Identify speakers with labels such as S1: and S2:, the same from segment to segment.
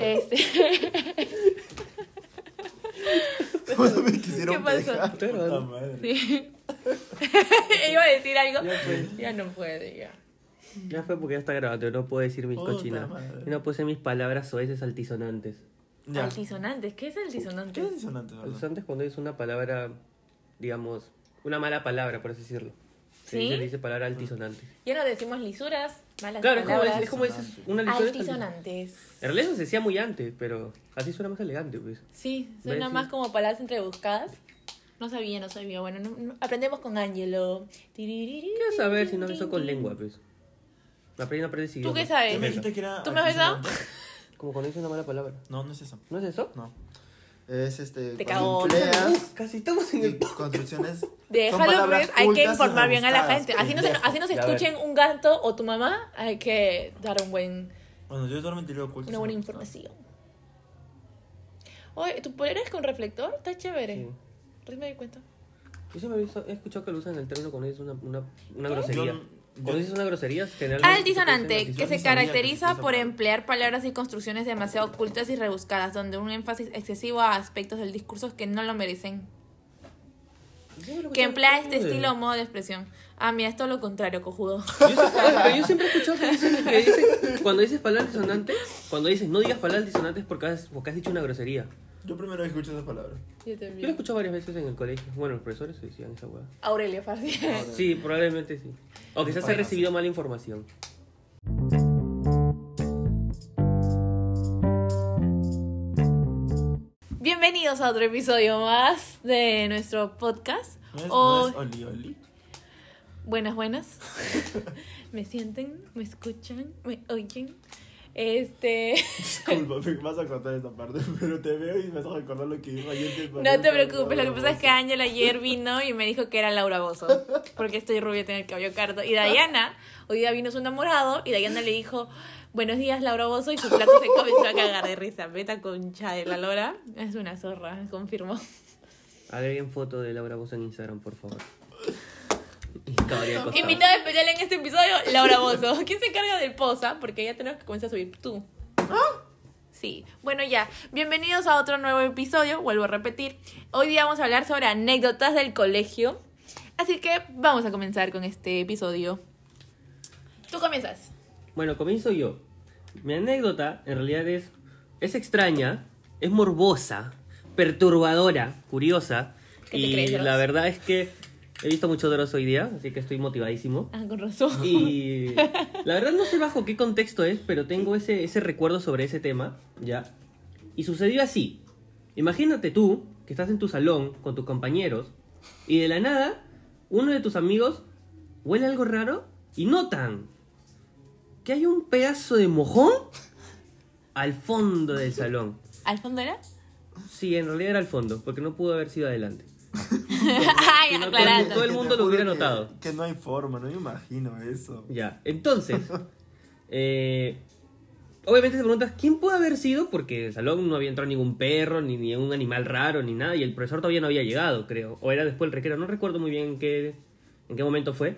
S1: Este...
S2: ¿Cómo me quisieron
S1: ¿Qué pasó?
S2: pegar?
S3: Puta
S4: Pero
S3: madre.
S1: Sí. Iba a decir algo.
S3: Ya fue.
S1: Ya no puede, ya.
S4: ya fue porque ya está grabado, yo no puedo decir mis
S3: Puta
S4: cochinas.
S3: madre.
S4: Y no puse mis palabras soeces altisonantes.
S3: Ya.
S1: Altisonantes. ¿Qué es
S3: ¿Qué es
S1: altisonantes?
S3: disonante, verdad?
S4: Altisonantes cuando es una palabra, digamos, una mala palabra, por así decirlo. Se
S1: ¿Sí?
S4: dice, le dice palabra altisonante.
S1: Ya no decimos lisuras, malas
S4: Claro, es como,
S1: palabras.
S4: es como dices una lisonante.
S1: Altisonantes.
S4: En realidad eso se decía muy antes, pero así suena más elegante, pues.
S1: Sí, suena
S4: ¿Ves?
S1: más como palabras entrebuscadas. No sabía, no sabía. Bueno, no- no- aprendemos con Angelo.
S4: Quiero
S1: ¿Qué
S4: saber si no me hizo con lengua, pues. Aprendí a aprender
S1: ¿Tú qué
S3: ¿Tú me
S1: sabes?
S3: dijiste que era
S1: ¿Tú me has besado?
S3: altisonante?
S4: Como cuando dice una mala palabra.
S3: No, no es eso.
S4: ¿No es eso?
S3: No.
S2: Es este.
S1: Te
S2: cuando
S1: cagó.
S2: empleas
S4: Uf, casi estamos en el...
S2: construcciones. son
S1: Déjalo,
S2: palabras
S1: pues, hay que
S2: cultas y
S1: informar bien a la
S2: rebuscadas,
S1: gente. Así no se,
S2: pendejo.
S1: así no se
S4: Ya, a ver.
S1: escuchen un gato o tu mamá, hay que dar un buen,
S3: Bueno, yo solamente leo oculto.
S1: una buena información. Oye, ¿tu polera es con reflector? Está chévere.
S4: Sí.
S1: Recién Pues me di cuenta.
S4: Yo siempre he, visto- he escuchado que lo usan en el término cuando dices una, una, una
S3: Yo,
S4: grosería.
S3: yo-
S4: Cuando dices una grosería, generalmente...
S1: Altisonante, Ah, que se
S4: se
S3: sabía que se
S1: caracteriza
S3: usa
S1: por
S3: para-
S1: emplear palabras y construcciones demasiado ocultas y rebuscadas, donde un énfasis excesivo a aspectos del discurso que no lo merecen. Que emplea este estilo o modo de expresión. Ah, mira, esto es lo contrario, cojudo.
S4: Yo siempre, pero yo siempre he escuchado que dicen, que dicen- cuando dices palabra altisonante, cuando dices no digas palabras altisonantes porque has, porque has dicho una grosería.
S2: Yo primero escucho esa palabra.
S1: Yo
S4: Yo lo he escuchado varias veces en el colegio. Bueno, los profesores se decían esa hueá.
S1: Aurelia Farcia.
S4: Sí, probablemente sí. O quizás he recibido mala información.
S1: Bienvenidos a otro episodio más de nuestro podcast.
S3: ¿No es,
S1: O-
S3: no es Oli Oli?
S1: Buenas, buenas. me sienten, me escuchan, me oyen. Este.
S2: Disculpa, me vas a contar esta parte, pero te veo y me vas a recordar lo que dijo ayer.
S1: No te preocupes, lo que pasa es que Ángel ayer vino y me dijo que era Laura Bozo, porque estoy rubia, tengo el cabello cardo. Y Dayana, hoy día vino su enamorado y Dayana le dijo, buenos días Laura Bozo, y su plato se comenzó a cagar de risa. Veta concha de la Lora, es una zorra, confirmó.
S4: Agreguen foto de Laura Bozo en Instagram, por favor. Y cabría costado.
S1: Invitada especial en este episodio, Laura Bozo. ¿Quién se encarga del posa? Porque ya tenemos que comenzar a subir tú.
S5: ¿Ah?
S1: Sí. Bueno, ya. Bienvenidos a otro nuevo episodio. Vuelvo a repetir. Hoy día vamos a hablar sobre anécdotas del colegio. Así que vamos a comenzar con este episodio. Tú comienzas.
S4: Bueno, comienzo yo. Mi anécdota en realidad es, es extraña, es morbosa, perturbadora, curiosa.
S1: ¿Qué te
S4: Y
S1: crees, Dross?
S4: la verdad es que he visto mucho Dross hoy día, así que estoy motivadísimo.
S1: Ah, con razón.
S4: Y la verdad no sé bajo qué contexto es, pero tengo ese, ese recuerdo sobre ese tema, ¿ya? Y sucedió así. Imagínate tú que estás en tu salón con tus compañeros y de la nada uno de tus amigos huele algo raro y notan que hay un pedazo de mojón al fondo del salón.
S1: ¿Al fondo era?
S4: Sí, en realidad era al fondo, porque no pudo haber sido adelante.
S1: Ay,
S4: no,
S1: aclarando.
S4: todo el mundo lo hubiera notado.
S2: Que, no hay forma, no me imagino eso.
S4: Ya, entonces, eh, obviamente te preguntas, ¿quién puede haber sido? Porque en el salón no había entrado ningún perro, ni ningún animal raro, ni nada, y el profesor todavía no había llegado, creo. O era después del recreo, no recuerdo muy bien en qué, en qué momento fue.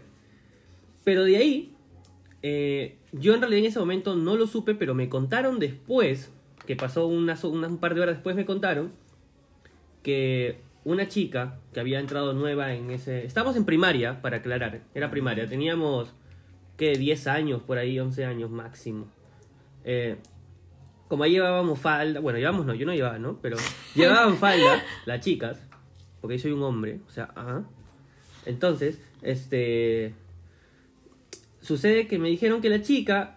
S4: Pero de ahí, eh, yo en realidad en ese momento no lo supe, pero me contaron después, que pasó unas, unas- un par de horas después, me contaron que una chica que había entrado nueva en ese... Estábamos en primaria, para aclarar, era primaria, teníamos que 10 años, por ahí 11 años máximo. Eh, como ahí llevábamos falda, bueno, llevábamos no, yo no llevaba, ¿no? Pero llevaban falda las chicas, porque yo soy un hombre, o sea, ajá. Entonces, este... Sucede que me dijeron que la chica,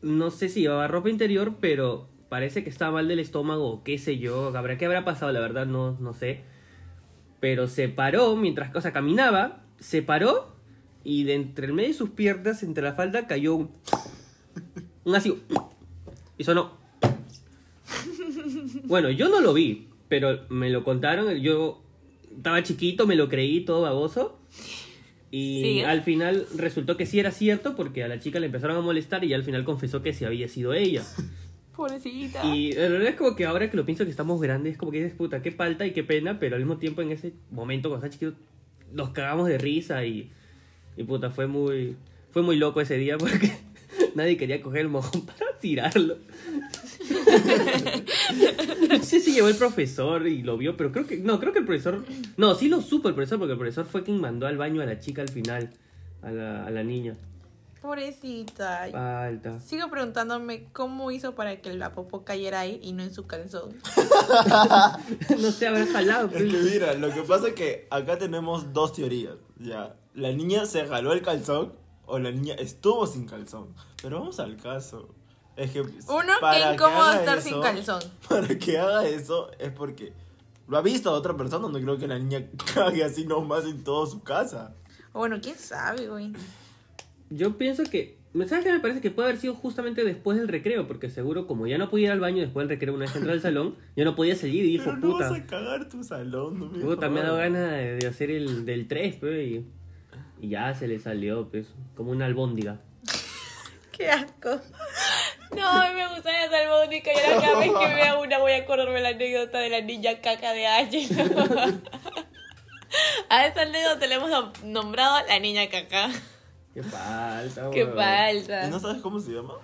S4: no sé si llevaba ropa interior, pero parece que estaba mal del estómago o qué sé yo, habrá, qué habrá pasado, la verdad no, no sé. Pero se paró mientras, o sea, caminaba, se paró y de entre el medio de sus piernas, entre la falda, cayó un, un así. Y sonó. Bueno, yo no lo vi, pero me lo contaron. Yo estaba chiquito, me lo creí todo baboso. Y
S1: ¿Sigues?
S4: al final resultó que sí era cierto porque a la chica le empezaron a molestar y ya al final confesó que sí había sido ella.
S1: Pobrecita.
S4: Y la verdad es como que ahora que lo pienso que estamos grandes, como que dices, puta, qué falta y qué pena, pero al mismo tiempo en ese momento cuando estás chiquito nos cagamos de risa y, y puta, fue muy, fue muy loco ese día porque nadie quería coger el mojón para tirarlo. No sé si llegó el profesor y lo vio, pero creo que. No, creo que el profesor. No, sí lo supo el profesor, porque el profesor fue quien mandó al baño a la chica al final. A la, a la niña.
S5: Pobrecita.
S4: Ah. Falta.
S5: Sigo preguntándome cómo hizo para que la popó cayera ahí y no en su calzón.
S4: No sé, habrá jalado.
S2: Es
S4: pues.
S2: que mira, lo que pasa es que acá tenemos dos teorías. Ya, la niña se jaló el calzón o la niña estuvo sin calzón. Pero vamos al caso. Es que
S5: Uno,
S2: para
S5: qué incómodo
S2: haga
S5: estar
S2: eso-
S5: sin calzón.
S2: Para que haga eso es porque lo ha visto a otra persona. No creo que la niña cague así nomás en toda su casa.
S5: O bueno, quién sabe, güey.
S4: Yo pienso que. ¿Sabes qué me parece? Que puede haber sido justamente después del recreo, porque seguro, como ya no podía ir al baño después del recreo, una vez que entró al salón, ya no podía salir y dijo,
S2: Pero no vas
S4: puta.
S2: a cagar tu salón, no me
S4: Puta, me
S2: jodas.
S4: ha dado ganas de, de hacer el del 3, pues. Y, y ya se le salió, pues. Como una albóndiga.
S5: Qué asco. No, a mí me gusta las albóndigas y ahora cada vez que vea una voy a acordarme la anécdota de la niña caca de Ángel. A esa anécdota le hemos nom- nombrado la niña caca.
S4: Qué falta,
S5: Qué
S4: weón.
S5: falta.
S2: ¿Y Oh, no
S5: No,
S2: sabes cómo se llama?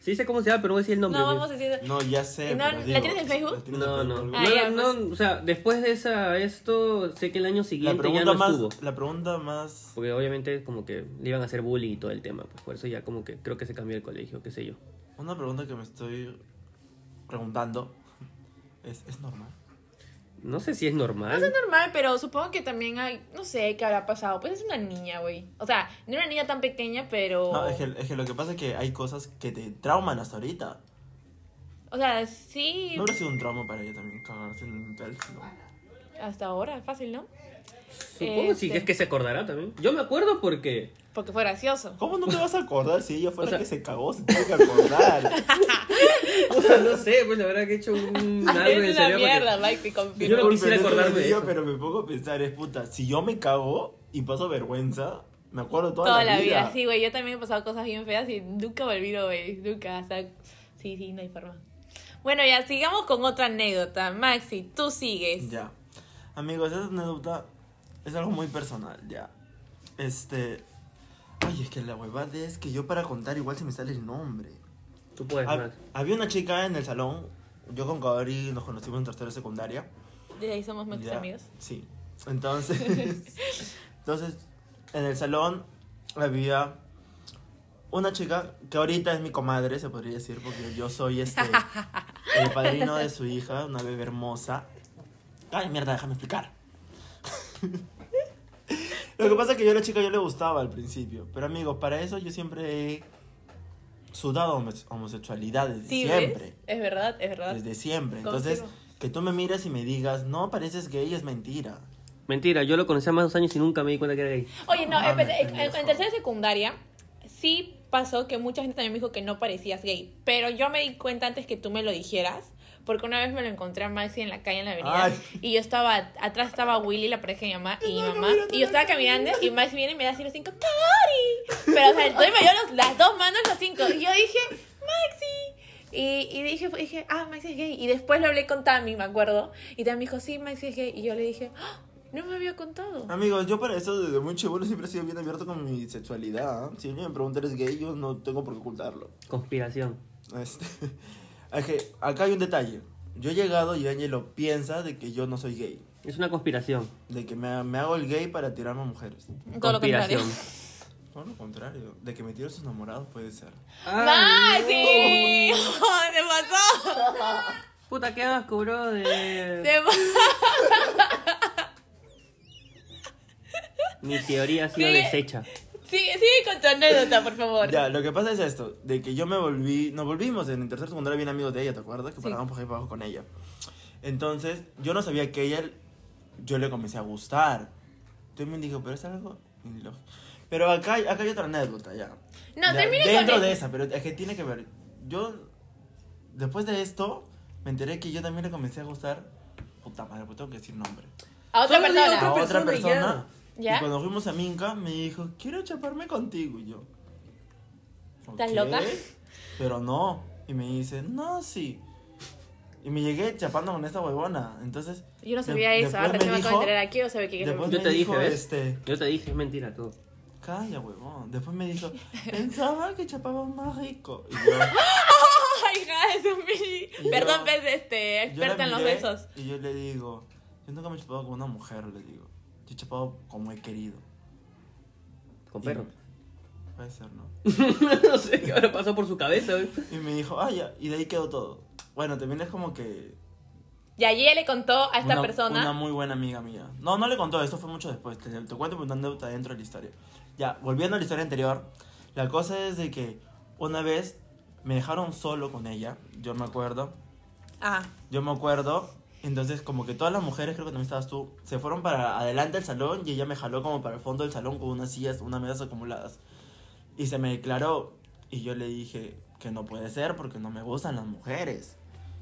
S4: Sí sé cómo se llama, pero no voy a decir el nombre. pues.
S5: vamos a decir...
S2: No, ya sé.
S5: No,
S2: pero
S5: ¿la
S2: digo,
S5: tienes en Facebook?
S2: ¿la tienes en
S4: No, no.
S2: Facebook?
S5: Ah,
S4: no,
S5: ya,
S4: no, o sea, después de esa, esto, sé que el año
S2: La
S4: siguiente ya
S2: pregunta
S4: no estuvo.
S2: más. La pregunta más.
S4: Porque obviamente como que le iban a hacer bullying y todo el tema, pues por eso ya como que creo que se cambió el colegio, qué sé yo.
S2: Una pregunta que me estoy preguntando es, ¿es normal?
S4: No sé si es normal.
S5: Es normal, pero supongo que también hay, no sé, qué habrá pasado. Pues es una niña, güey. O sea, no era una niña tan pequeña, pero...
S4: Oh.
S2: No, es que, es que lo que pasa es que hay cosas que te trauman hasta ahorita.
S5: O sea, sí,
S2: No hubiera sido un trauma para ella también cagarse en un calzón.
S5: hasta ahora, fácil, ¿no?
S4: Supongo sí,
S5: Este.
S4: es que se acordará también. Yo me acuerdo porque
S5: Porque fue gracioso.
S2: ¿Cómo no te vas a acordar si ella fue
S4: O
S2: la
S4: sea-
S2: que se cagó? Se tiene que acordar.
S4: o sea, no sé, pues la verdad que he hecho un algo en serio
S5: es una
S4: porque-
S5: mierda, Mike, te
S4: Yo
S5: confirmo.
S4: no quisiera
S2: Disculpen,
S4: acordarme
S2: no lo
S4: de
S2: digo,
S4: eso.
S2: Pero me pongo a pensar, es puta, si yo me cago y paso vergüenza, me acuerdo toda,
S5: Toda la vida, sí, güey. Yo también he pasado cosas bien feas y nunca me olvido, güey. Nunca, o sea, sí, sí, no hay forma. Bueno, ya sigamos con otra anécdota. Maxi, tú sigues.
S2: Ya. Amigos, esa anécdota es algo muy personal, ya. Este. Ay, es que la huevada es que yo para contar igual se me sale el nombre.
S4: Tú puedes,
S2: Hab-
S4: Max.
S2: había una chica en el salón, yo con Kaori nos conocimos en tercero de secundaria.
S5: Desde ahí somos nuestros
S2: ya.
S5: amigos.
S2: Sí. Entonces. entonces, en el salón había una chica que ahorita es mi comadre, se podría decir, porque yo soy este. el padrino de su hija, una bebé hermosa. Ay, mierda, déjame explicar. Lo que pasa es que yo a la chica yo le gustaba al principio. Pero amigos, para eso yo siempre he sudado homo- homosexualidad desde
S5: Sí, ¿ves?
S2: siempre
S5: Es verdad, es verdad.
S2: desde siempre. Entonces,
S5: Confirmo.
S2: que tú me mires y me digas, no, pareces gay, es mentira.
S4: Mentira, yo lo conocí a más de dos años y nunca me di cuenta que era gay.
S5: Oye, no,
S2: Ah,
S5: en, en-
S2: me
S5: en-
S2: pendejo.
S5: en tercera secundaria sí pasó que mucha gente también me dijo que no parecías gay, pero yo me di cuenta antes que tú me lo dijeras, porque una vez me lo encontré a Maxi en la calle, en la avenida,
S2: Ay.
S5: y yo estaba, atrás estaba Willy, la pareja de mi mamá, y mi mamá, y yo estaba caminando, y Maxi viene y me da así los cinco, ¡Cari! Pero, o sea, entonces me dio los- las dos manos, los cinco, y yo dije, ¡Maxi! Y, y dije, dije, ah, Maxi es gay. Y después lo hablé con Tammy, me acuerdo. Y Tammy dijo, sí, Maxi es gay. Y yo le dije, ¡Ah! no me había contado.
S2: Amigos, yo para eso desde muy chivo siempre he sido bien abierto con mi sexualidad. ¿ah? Si alguien me pregunta, ¿eres gay? Yo no tengo por qué ocultarlo.
S4: Conspiración.
S2: Este, es que acá hay un detalle. Yo he llegado y Angelo piensa de que yo no soy gay.
S4: Es una conspiración.
S2: De que me, me hago el gay para tirarme a mujeres.
S5: Todo lo contrario.
S4: conspiración.
S2: Por lo contrario, de que me tiro a sus enamorados puede ser.
S4: Ay,
S5: ¡Maxi! ¡Se Oh, pasó!
S4: Oh, Puta, qué asco, bro. De...
S5: ¡Se pasó!
S4: Mi teoría ha sido
S5: Sí.
S4: deshecha.
S5: Sigue, sigue con tu anécdota, por favor.
S2: Ya, lo que pasa es esto, de que yo me volví, nos volvimos en el tercer secundario bien amigos de ella, ¿te acuerdas? Que
S5: Sí.
S2: parábamos por ahí para abajo con ella. Entonces, yo no sabía que ella, yo le comencé a gustar. Entonces me dijo, pero es algo ilógico. Pero acá, hay- acá hay otra anécdota, ya.
S5: No,
S2: Ya,
S5: termina con
S2: Dentro
S5: esa.
S2: de esa, pero es que tiene que ver. Yo, después de esto, me enteré que yo también le comencé a gustar. Puta madre, pues tengo que decir nombre.
S5: A otra
S4: Solo di
S5: persona.
S2: A
S4: Otra
S2: otra
S4: persona, ya.
S2: persona.
S5: ¿Ya?
S2: Y cuando fuimos a Minca, me dijo, quiero chaparme contigo. Y yo,
S5: ¿Estás
S2: "Ok".
S5: loca?
S2: Pero no. Y me dice, no, sí. Y me llegué chapando con esta huevona. Entonces.
S5: Yo no
S2: de-
S5: sabía eso.
S2: después
S5: Ahora
S2: me
S5: recién me acabo de
S2: dijo-
S5: enterar aquí. O sea, que
S2: Después
S4: Yo
S2: me
S4: te dije,
S2: dijo,
S4: ¿ves?
S2: este.
S4: Yo te dije, es mentira todo.
S2: Calla, huevón. Después me dijo, pensaba que chapaba más rico. Y yo,
S5: ¡Ay, hija de su mil!
S2: Y
S5: Perdón,
S2: yo-
S5: pues, este,
S2: yo la
S5: experta en los
S2: miré
S5: besos.
S2: Y yo le digo, yo nunca me he chapado con una mujer, le digo. Yo he chapado como he querido.
S4: Con
S2: Y-
S4: perro.
S2: Puede ser, ¿no?
S4: no sé qué ahora pasó por su cabeza, eh. güey.
S2: Y me dijo, ah, ya. Y de ahí quedó todo. Bueno, también es como que.
S5: Y ayer le contó a esta
S2: una,
S5: persona.
S2: Una muy buena amiga mía. No, no le contó, esto fue mucho después. Te, te cuento una anécdota dentro de la historia. Ya, volviendo a la historia anterior. La cosa es de que una vez me dejaron solo con ella. Yo me acuerdo.
S5: Ah,
S2: Yo me acuerdo. Entonces, como que todas las mujeres, creo que también estabas tú, se fueron para adelante del salón y ella me jaló como para el fondo del salón con unas sillas, unas mesas acumuladas. Y se me declaró. Y yo le dije que no puede ser porque no me gustan las mujeres.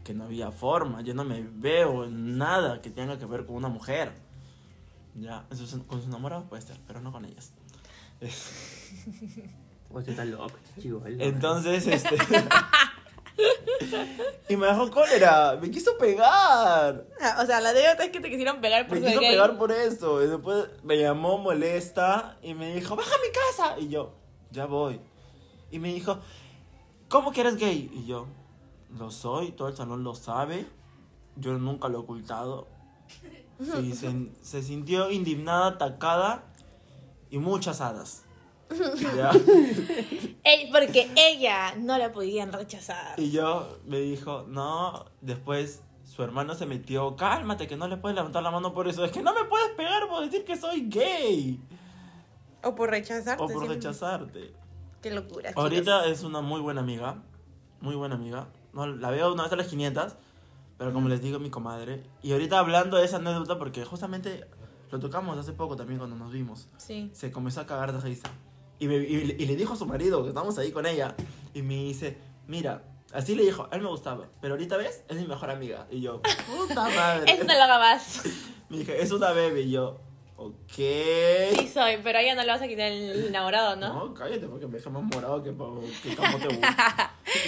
S2: Que no había forma. Yo no me veo en nada que tenga que ver con una mujer. Ya, en sus- con sus enamorados puede ser, pero no con ellas.
S4: Oye, está loco, este chico. está loco.
S2: Entonces, este. y me dejó cólera. Me quiso pegar.
S5: Ah, O sea, la anécdota es que te quisieron pegar por
S2: Me
S5: ser
S2: quiso
S5: gay.
S2: pegar por eso. Y después me llamó molesta y me dijo, baja a mi casa. Y yo, ya voy. Y me dijo, ¿cómo que eres gay? Y yo, lo soy, todo el salón lo sabe. Yo nunca lo he ocultado. Sí, se, se sintió indignada, atacada y muchas hadas. Ya.
S5: Ey, porque ella no la podían rechazar.
S2: Y yo me dijo, no, después su hermano se metió, cálmate, que no le puedes levantar la mano por eso. Es que no me puedes pegar por decir que soy gay.
S5: O por rechazarte.
S2: O por
S5: siempre.
S2: rechazarte.
S5: Qué locura. chicos.
S2: Ahorita es una muy buena amiga. Muy buena amiga. No, la veo una vez a las 500. Pero como les digo, mi comadre. Y ahorita hablando de esa anécdota, porque justamente lo tocamos hace poco también cuando nos vimos.
S5: Sí.
S2: Se comenzó a cagar de risa. Y, me- y le- y le dijo a su marido, que estábamos ahí con ella. Y me dice, mira, así le dijo, a él me gustaba. Pero ahorita ves, es mi mejor amiga. Y yo, puta madre.
S5: Es una loca más.
S2: Me dije, es una bebé. Y yo, ok.
S5: Sí soy, pero a ella no le vas a quitar el enamorado, ¿no?
S2: No, cállate porque me deja más morado que, pa- que camote bus.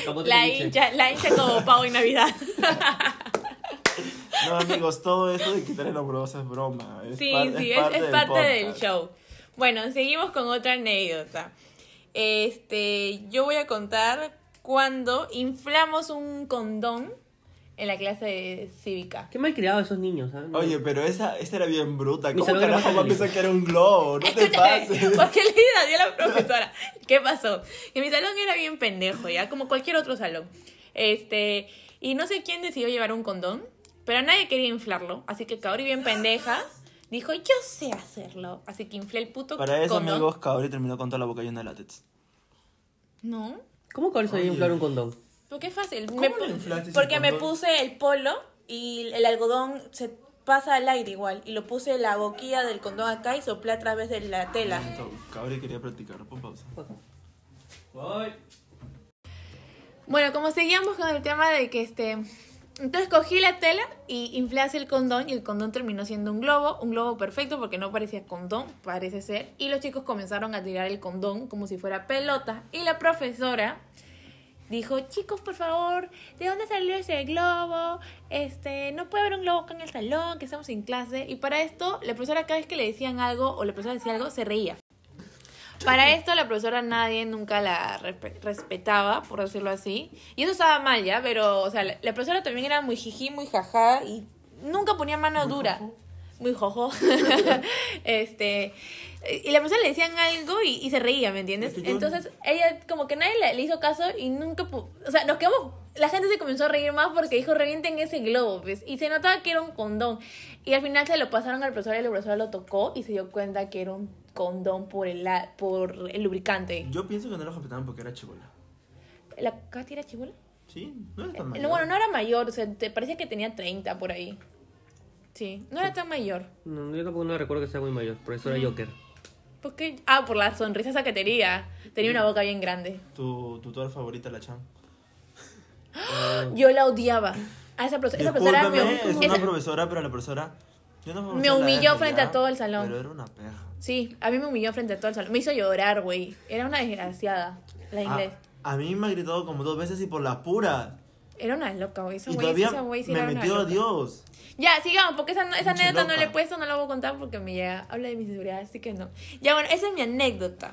S4: Como te
S5: La
S4: dije.
S5: hincha, la hincha como pavo en Navidad.
S2: No, amigos, todo esto de quitar el amoroso es broma. Es
S5: Sí,
S2: par-
S5: sí, es, es parte del,
S2: podcast.
S5: show. Bueno, seguimos con otra anécdota. Este, yo voy a contar cuando inflamos un condón en la clase cívica.
S4: Qué mal criados esos niños, ¿sabes?
S2: Oye, pero esa, esta era bien bruta.
S4: Mi
S2: ¿Cómo
S4: salón era
S2: carajo va a
S4: católico.
S2: pensar que era un globo? No te
S5: Escúchame,
S2: pases.
S5: ¿por qué le di a la profesora? ¿Qué pasó? Que mi salón era bien pendejo, ya, como cualquier otro salón. Este, y no sé quién decidió llevar un condón, pero nadie quería inflarlo, así que Kaori bien pendeja dijo, "Yo sé hacerlo", así que inflé el puto
S2: Para eso,
S5: condón.
S2: amigos, Kaori terminó con toda la boca llena de látex.
S5: No.
S4: ¿Cómo que ahora se va a
S2: Oye.
S4: inflar un condón?
S5: Porque es fácil.
S2: ¿Cómo
S5: Me
S2: lo
S5: pu-
S2: inflaste
S5: porque
S2: sin
S5: me
S2: condón?
S5: puse el polo y el algodón se pasa al aire igual. Y lo puse la boquilla del condón acá y soplé a través de la tela.
S2: Kaori quería practicar. Pon pausa.
S5: Bueno, como seguíamos con el tema de que este. Entonces cogí la tela y inflé así el condón y el condón terminó siendo un globo, un globo perfecto porque no parecía condón, parece ser. Y los chicos comenzaron a tirar el condón como si fuera pelota. Y la profesora dijo, chicos, por favor, ¿de dónde salió ese globo? Este, no puede haber un globo acá en el salón, que estamos en clase. Y para esto, la profesora cada vez que le decían algo o la profesora decía algo, se reía. Para esto la profesora nadie nunca la respe- respetaba, por decirlo así. Y eso estaba mal ya, pero, o sea, la, la profesora también era muy jijí, muy jajá y nunca ponía mano dura. Muy jojo. este. Y la profesora le decían algo y, y se reía, ¿me entiendes?
S2: Es que yo-
S5: Entonces ella, como que nadie le, le hizo caso y nunca. pu- O sea, nos quedamos. La gente se comenzó a reír más porque dijo revienten ese globo, ¿ves? Y se notaba que era un condón. Y al final se lo pasaron al profesor y el profesor lo tocó y se dio cuenta que era un condón por el, a- por el lubricante.
S2: Yo pienso que no lo respetaban porque era chibola.
S5: ¿La Katy era chibola?
S2: ¿Sí? No era tan mal.
S5: No, Eh, bueno, no era mayor, o sea, te parecía que tenía 30 por ahí. Sí, no era tan mayor.
S4: No, yo tampoco no recuerdo que sea muy mayor, por eso era Joker.
S5: Porque, ah, por la sonrisa esa que tenía. Tenía una boca bien grande.
S2: Tu tutor favorita, la Chan.
S4: Ah,
S5: Yo la odiaba. A esa, profe- esa profesora me,
S2: Discúlpame, es una
S5: esa-
S2: profesora, pero la profesora... yo no
S5: Me
S2: profesora la
S5: humilló
S2: dejo
S5: frente a
S2: ya,
S5: todo el salón.
S2: Pero era una peja.
S5: Sí, a mí me humilló frente a todo el salón. Me hizo llorar, güey. Era una desgraciada, la
S2: Ah,
S5: inglés.
S2: A, mí me ha gritado como dos veces y por la pura.
S5: Era una loca, güey. Esa
S2: Y
S5: güey
S2: todavía
S5: esa güey sí
S2: me
S5: era una
S2: metió a
S5: loca.
S2: Dios.
S5: Ya, sigamos, porque esa, esa
S2: Pinche
S5: anécdota no la he
S2: loca.
S5: puesto, no la voy a contar porque me llega. Habla de mi seguridad, así que no. Ya, bueno, esa es mi anécdota.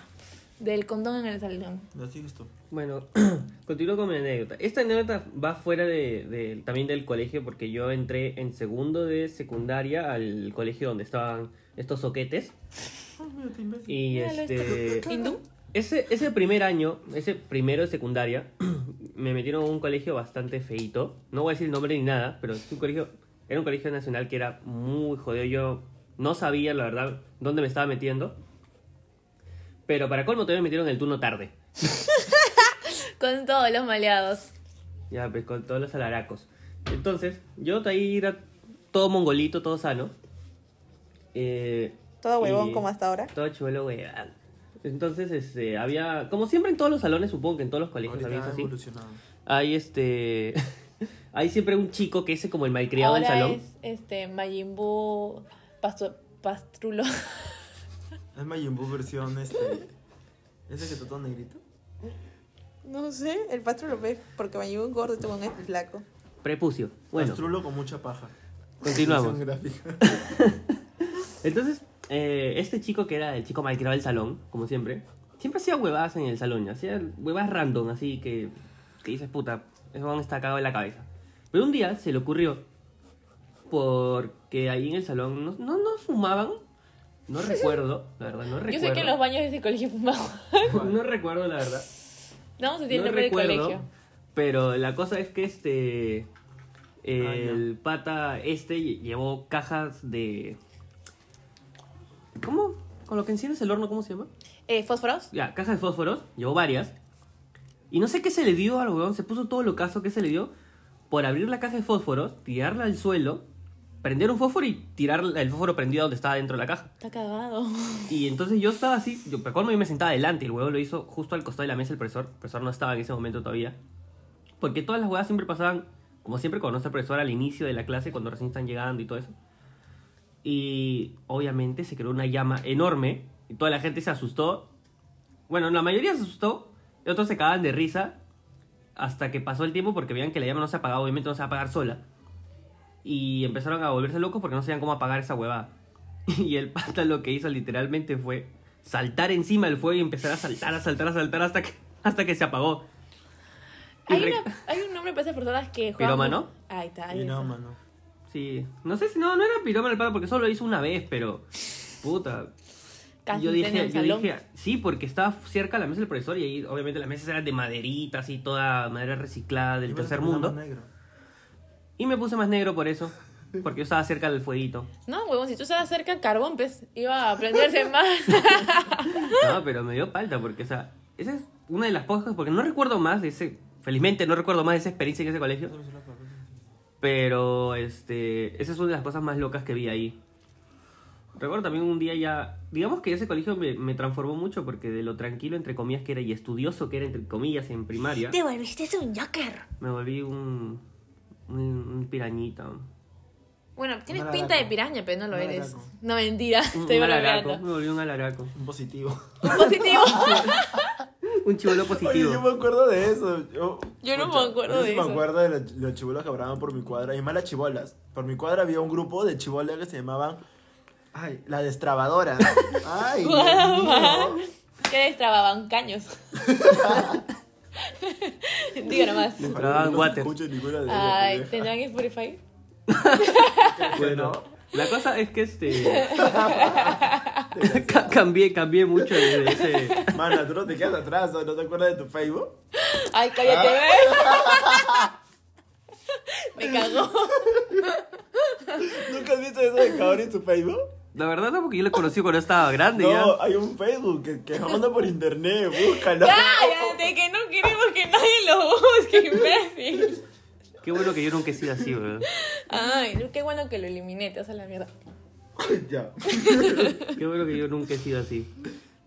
S5: Del condón en el salón.
S2: ¿Lo sigues tú?
S4: Bueno, continúo con mi anécdota. Esta anécdota va fuera de, de- también del colegio porque yo entré en segundo de secundaria al colegio donde estaban estos soquetes.
S2: Ah, mira, te imbécil.
S4: Y
S5: Míralo,
S4: este...
S5: está- ¿Hindú?
S4: Ese, ese primer año, ese primero de secundaria, me metieron a un colegio bastante feito. No voy a decir el nombre ni nada, pero es un colegio, era un colegio nacional que era muy jodido. Yo no sabía, la verdad, dónde me estaba metiendo. Pero para colmo todavía me metieron en el turno tarde.
S5: Con todos los maleados.
S4: Ya, pues con todos los alaracos. Entonces, yo de ahí era todo mongolito, todo sano. Eh,
S5: Todo huevón
S4: y-
S5: como hasta ahora.
S4: Todo chuelo huevón. Entonces, este, había, como siempre en todos los salones, supongo que en todos los colegios
S2: Ahorita
S4: había eso
S2: ha
S4: así.
S2: evolucionado.
S4: Hay este. Hay siempre un chico que es como el malcriado
S5: ahora
S4: del salón.
S5: es este Majin Buu, Pastu- Pastrulo.
S2: Es Majin Buu versión este. Ese que está todo negrito.
S1: No sé, el patrón lo ve porque me llevó un gordo y tuvo un este flaco.
S4: Prepucio. Bueno,
S2: Astrulo con mucha paja.
S4: continuamos.
S2: Versión gráfica.
S4: Entonces, eh, este chico que era el chico malcriado del salón, como siempre, siempre hacía huevadas en el salón. Hacía huevadas random, así que, que dices, puta, eso van está cagado en la cabeza. Pero un día se le ocurrió, porque ahí en el salón no, no, no fumaban. No recuerdo, la verdad, no
S5: Yo
S4: recuerdo.
S5: sé que en los baños de ese colegio fumaban.
S4: No recuerdo, la verdad.
S5: No, se tiene
S4: no
S5: el nombre del
S4: recuerdo,
S5: colegio.
S4: pero la cosa es que este el
S2: Ah,
S4: pata este lle- llevó cajas de ¿Cómo? Con lo que enciendes el horno, ¿cómo se llama?
S5: Eh, ¿Fósforos?
S4: Ya, cajas de fósforos, llevó varias. Y no sé qué se le dio al huevón, se puso todo lo caso que se le dio por abrir la caja de fósforos, tirarla al suelo, prender un fósforo y tirar el fósforo prendido donde estaba dentro de la caja.
S5: Está cagado.
S4: Y entonces yo estaba así, yo me acuerdo, yo me sentaba adelante, el huevón lo hizo justo al costado de la mesa el profesor, el profesor no estaba en ese momento todavía. Porque todas las huevas siempre pasaban, como siempre cuando no está el profesor al inicio de la clase, cuando recién están llegando y todo eso. Y obviamente se creó una llama enorme y toda la gente se asustó. Bueno, la mayoría se asustó, y otros se cagaban de risa hasta que pasó el tiempo porque veían que la llama no se apagaba, obviamente no se va a apagar sola. Y empezaron a volverse locos porque no sabían cómo apagar esa huevada. Y el pata lo que hizo literalmente fue saltar encima del fuego y empezar a saltar, a saltar, a saltar hasta que, hasta que se apagó. Y
S5: Hay,
S4: re-
S5: una- hay un nombre para esas personas que juegan.
S4: ¿Pirómano?
S5: Ahí está. ahí
S2: Y no,
S5: está.
S2: mano.
S4: Sí, no sé si no, no era piroma el pata porque solo lo hizo una vez, pero puta.
S5: Casi
S4: yo
S5: incendia
S4: dije,
S5: el
S4: yo
S5: salón.
S4: dije, sí, porque estaba cerca la mesa del profesor y ahí obviamente las mesas eran de maderita, así toda madera reciclada del
S2: Y
S4: tercer
S2: bueno,
S4: mundo.
S2: negro.
S4: Y me puse más negro por eso, porque yo estaba cerca del fueguito.
S5: No, huevón, si tú estabas cerca, carbón, pues iba a prenderse más.
S4: No, pero me dio falta porque, o sea, esa es una de las pocas, porque no recuerdo más de ese, felizmente no recuerdo más de esa experiencia en ese colegio, pero este, esa es una de las cosas más locas que vi ahí. Recuerdo también un día ya, digamos que ese colegio me, me transformó mucho porque de lo tranquilo, entre comillas, que era y estudioso que era, entre comillas, en primaria,
S5: Te volviste un Joker.
S4: me volví un, un, un pirañita.
S5: Bueno, tienes
S2: Un
S5: pinta de
S2: alaraco.
S5: piraña, pero no lo
S2: Un
S5: eres.
S2: alaraco.
S5: No, mentira.
S4: Un,
S5: Estoy
S4: un alaraco,
S5: bromeando.
S4: me volví un alaraco.
S2: Un positivo.
S5: Un positivo.
S4: Un chivolo
S2: Oye,
S4: positivo.
S2: yo me acuerdo de eso. Yo,
S5: Yo no me
S2: Pucha,
S5: acuerdo
S2: yo sí
S5: de eso.
S2: me acuerdo de los, los chibolos que hablaban por mi cuadra. Y más las chibolas. Por mi cuadra había un grupo de chibolas que se llamaban. Ay, la destrabadora. Ay, Dios mío.
S5: que destrababan caños. Diga nomás.
S4: Destrababan
S2: no
S4: water.
S2: escucho ninguna de ellas,
S5: Ay,
S2: pendeja.
S5: ¿tendrán Spotify?
S4: Bueno, la cosa es que este. ca- cambié, cambié mucho desde ese.
S2: Mana, tú no te quedas atrás, ¿no? ¿No te acuerdas de tu Facebook?
S5: Ay, cállate, ve. Me cagó.
S2: ¿Nunca has visto eso de cabrón en tu Facebook?
S4: La verdad no, porque yo lo conocí cuando estaba grande
S2: No,
S4: ya.
S2: hay un Facebook que, que manda por internet, búscalo.
S5: Cállate, que no queremos que nadie lo busque, imbécil.
S4: Qué bueno que yo nunca he sido así, weón.
S5: Ay, qué bueno que lo eliminé, te vas a la mierda.
S2: ya.
S4: Qué bueno que yo nunca he sido así.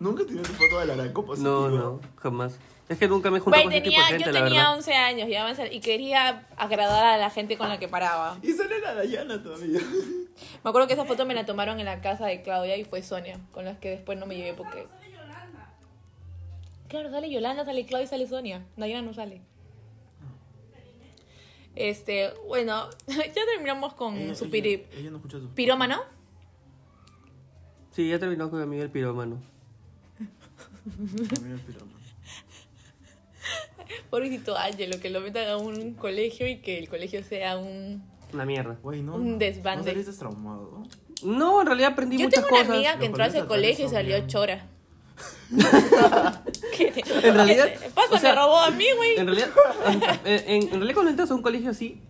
S2: ¿Nunca tienes foto del aranco positivo?
S4: No, no, jamás. Es que nunca me he juntado
S5: Güey,
S4: con ese tipo de
S5: tenía,
S4: gente,
S5: yo
S4: la
S5: tenía
S4: verdad.
S5: 11 años y, además- y quería agradar a la gente con la que paraba.
S2: Y sale la Dayana todavía.
S5: Eh, Me acuerdo que esa foto me la tomaron en la casa de Claudia y fue Sonia, con las que después no me llevé porque... Claro, sale Yolanda, sale Claudia y sale Sonia. Dayana no sale. Este, bueno, ya terminamos con su piri...
S2: Ella, no escucha su.
S5: pirómano.
S4: Sí, ya terminó con mi amigo el pirómano.
S2: Ramiro Piroman.
S5: Pobrecito Ángelo, que lo metan a un colegio y que el colegio sea un...
S4: Una mierda.
S2: Güey, no.
S5: Un desbande.
S2: ¿No saliste traumado?
S4: No, en realidad aprendí
S5: Yo
S4: muchas
S5: tengo una
S4: cosas.
S5: amiga que entró a ese
S2: Los colegios
S5: colegio y
S2: son
S5: salió
S2: bien.
S5: chora.
S4: En realidad,
S5: Eh, Pasa,
S4: o sea,
S5: me robó a mí, güey.
S4: En realidad, en, en- en realidad cuando entras a un colegio así,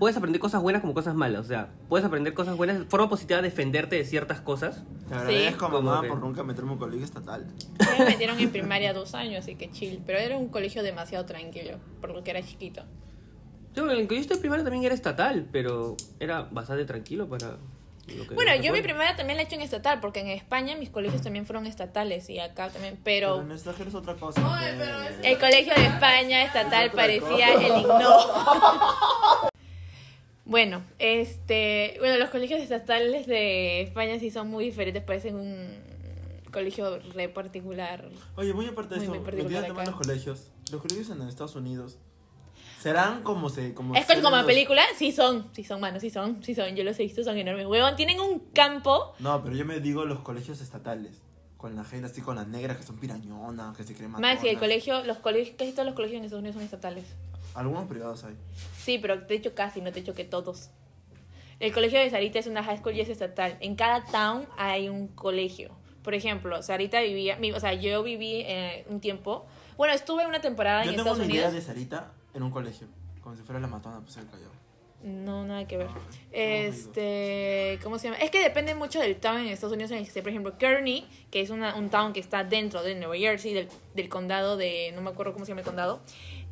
S4: puedes aprender cosas buenas como cosas malas. O sea, puedes aprender cosas buenas, forma positiva de defenderte de ciertas cosas.
S2: Te agradezco,
S4: Como
S2: mamá,
S4: que-
S2: por nunca meterme a un colegio estatal.
S5: A mí Me metieron en primaria dos años, así que chill. Pero era un colegio demasiado tranquilo, por lo que era chiquito.
S4: Yo, en el que yo estoy primario también era estatal, pero era bastante tranquilo para... Lo que
S5: Bueno, yo mi
S4: recuerdo.
S5: primaria también la he hecho en estatal, porque en España mis colegios también fueron estatales y acá también,
S2: Pero
S5: pero
S2: en extranjero es otra cosa. Ay, pero
S5: el colegio de España estatal parecía el igno. Bueno, este, bueno, los colegios estatales de España sí son muy diferentes, parecen un colegio re particular.
S2: Oye, muy aparte de
S5: Muy,
S2: esto,
S5: muy particular
S2: metido el tema de los
S5: acá.
S2: colegios. Los colegios en Estados Unidos serán como se. Como
S5: Es
S2: se-
S5: que como en
S2: los-
S5: película, sí son, sí son, mano, sí son, sí son, yo los he visto, son enormes. Huevón, tienen un campo
S2: No, pero yo me digo los colegios estatales. Con la gente así, con las negras que son pirañonas, que se creen
S5: Más y el
S2: matonas.
S5: colegio, los colegios, casi todos los colegios en Estados Unidos son estatales.
S2: Algunos privados hay.
S5: Sí, pero te he dicho casi, no te he dicho que todos. El colegio de Sarita es una high school y es estatal. En cada town hay un colegio. Por ejemplo, Sarita vivía, mi- o sea, yo viví eh, un tiempo. Bueno, estuve una temporada
S2: Yo
S5: Ah, en
S2: tengo
S5: Estados
S2: una idea de
S5: Unidos.
S2: Sarita en un colegio. Como si fuera la matona, pues el callao.
S5: No, nada que ver.
S2: Ah,
S5: Este, ¿cómo se llama? Es que depende mucho del town en Estados Unidos en el que esté. Por ejemplo, Kearney, que es una- un town que está dentro de Nueva Jersey, del, del condado de, no me acuerdo cómo se llama el condado,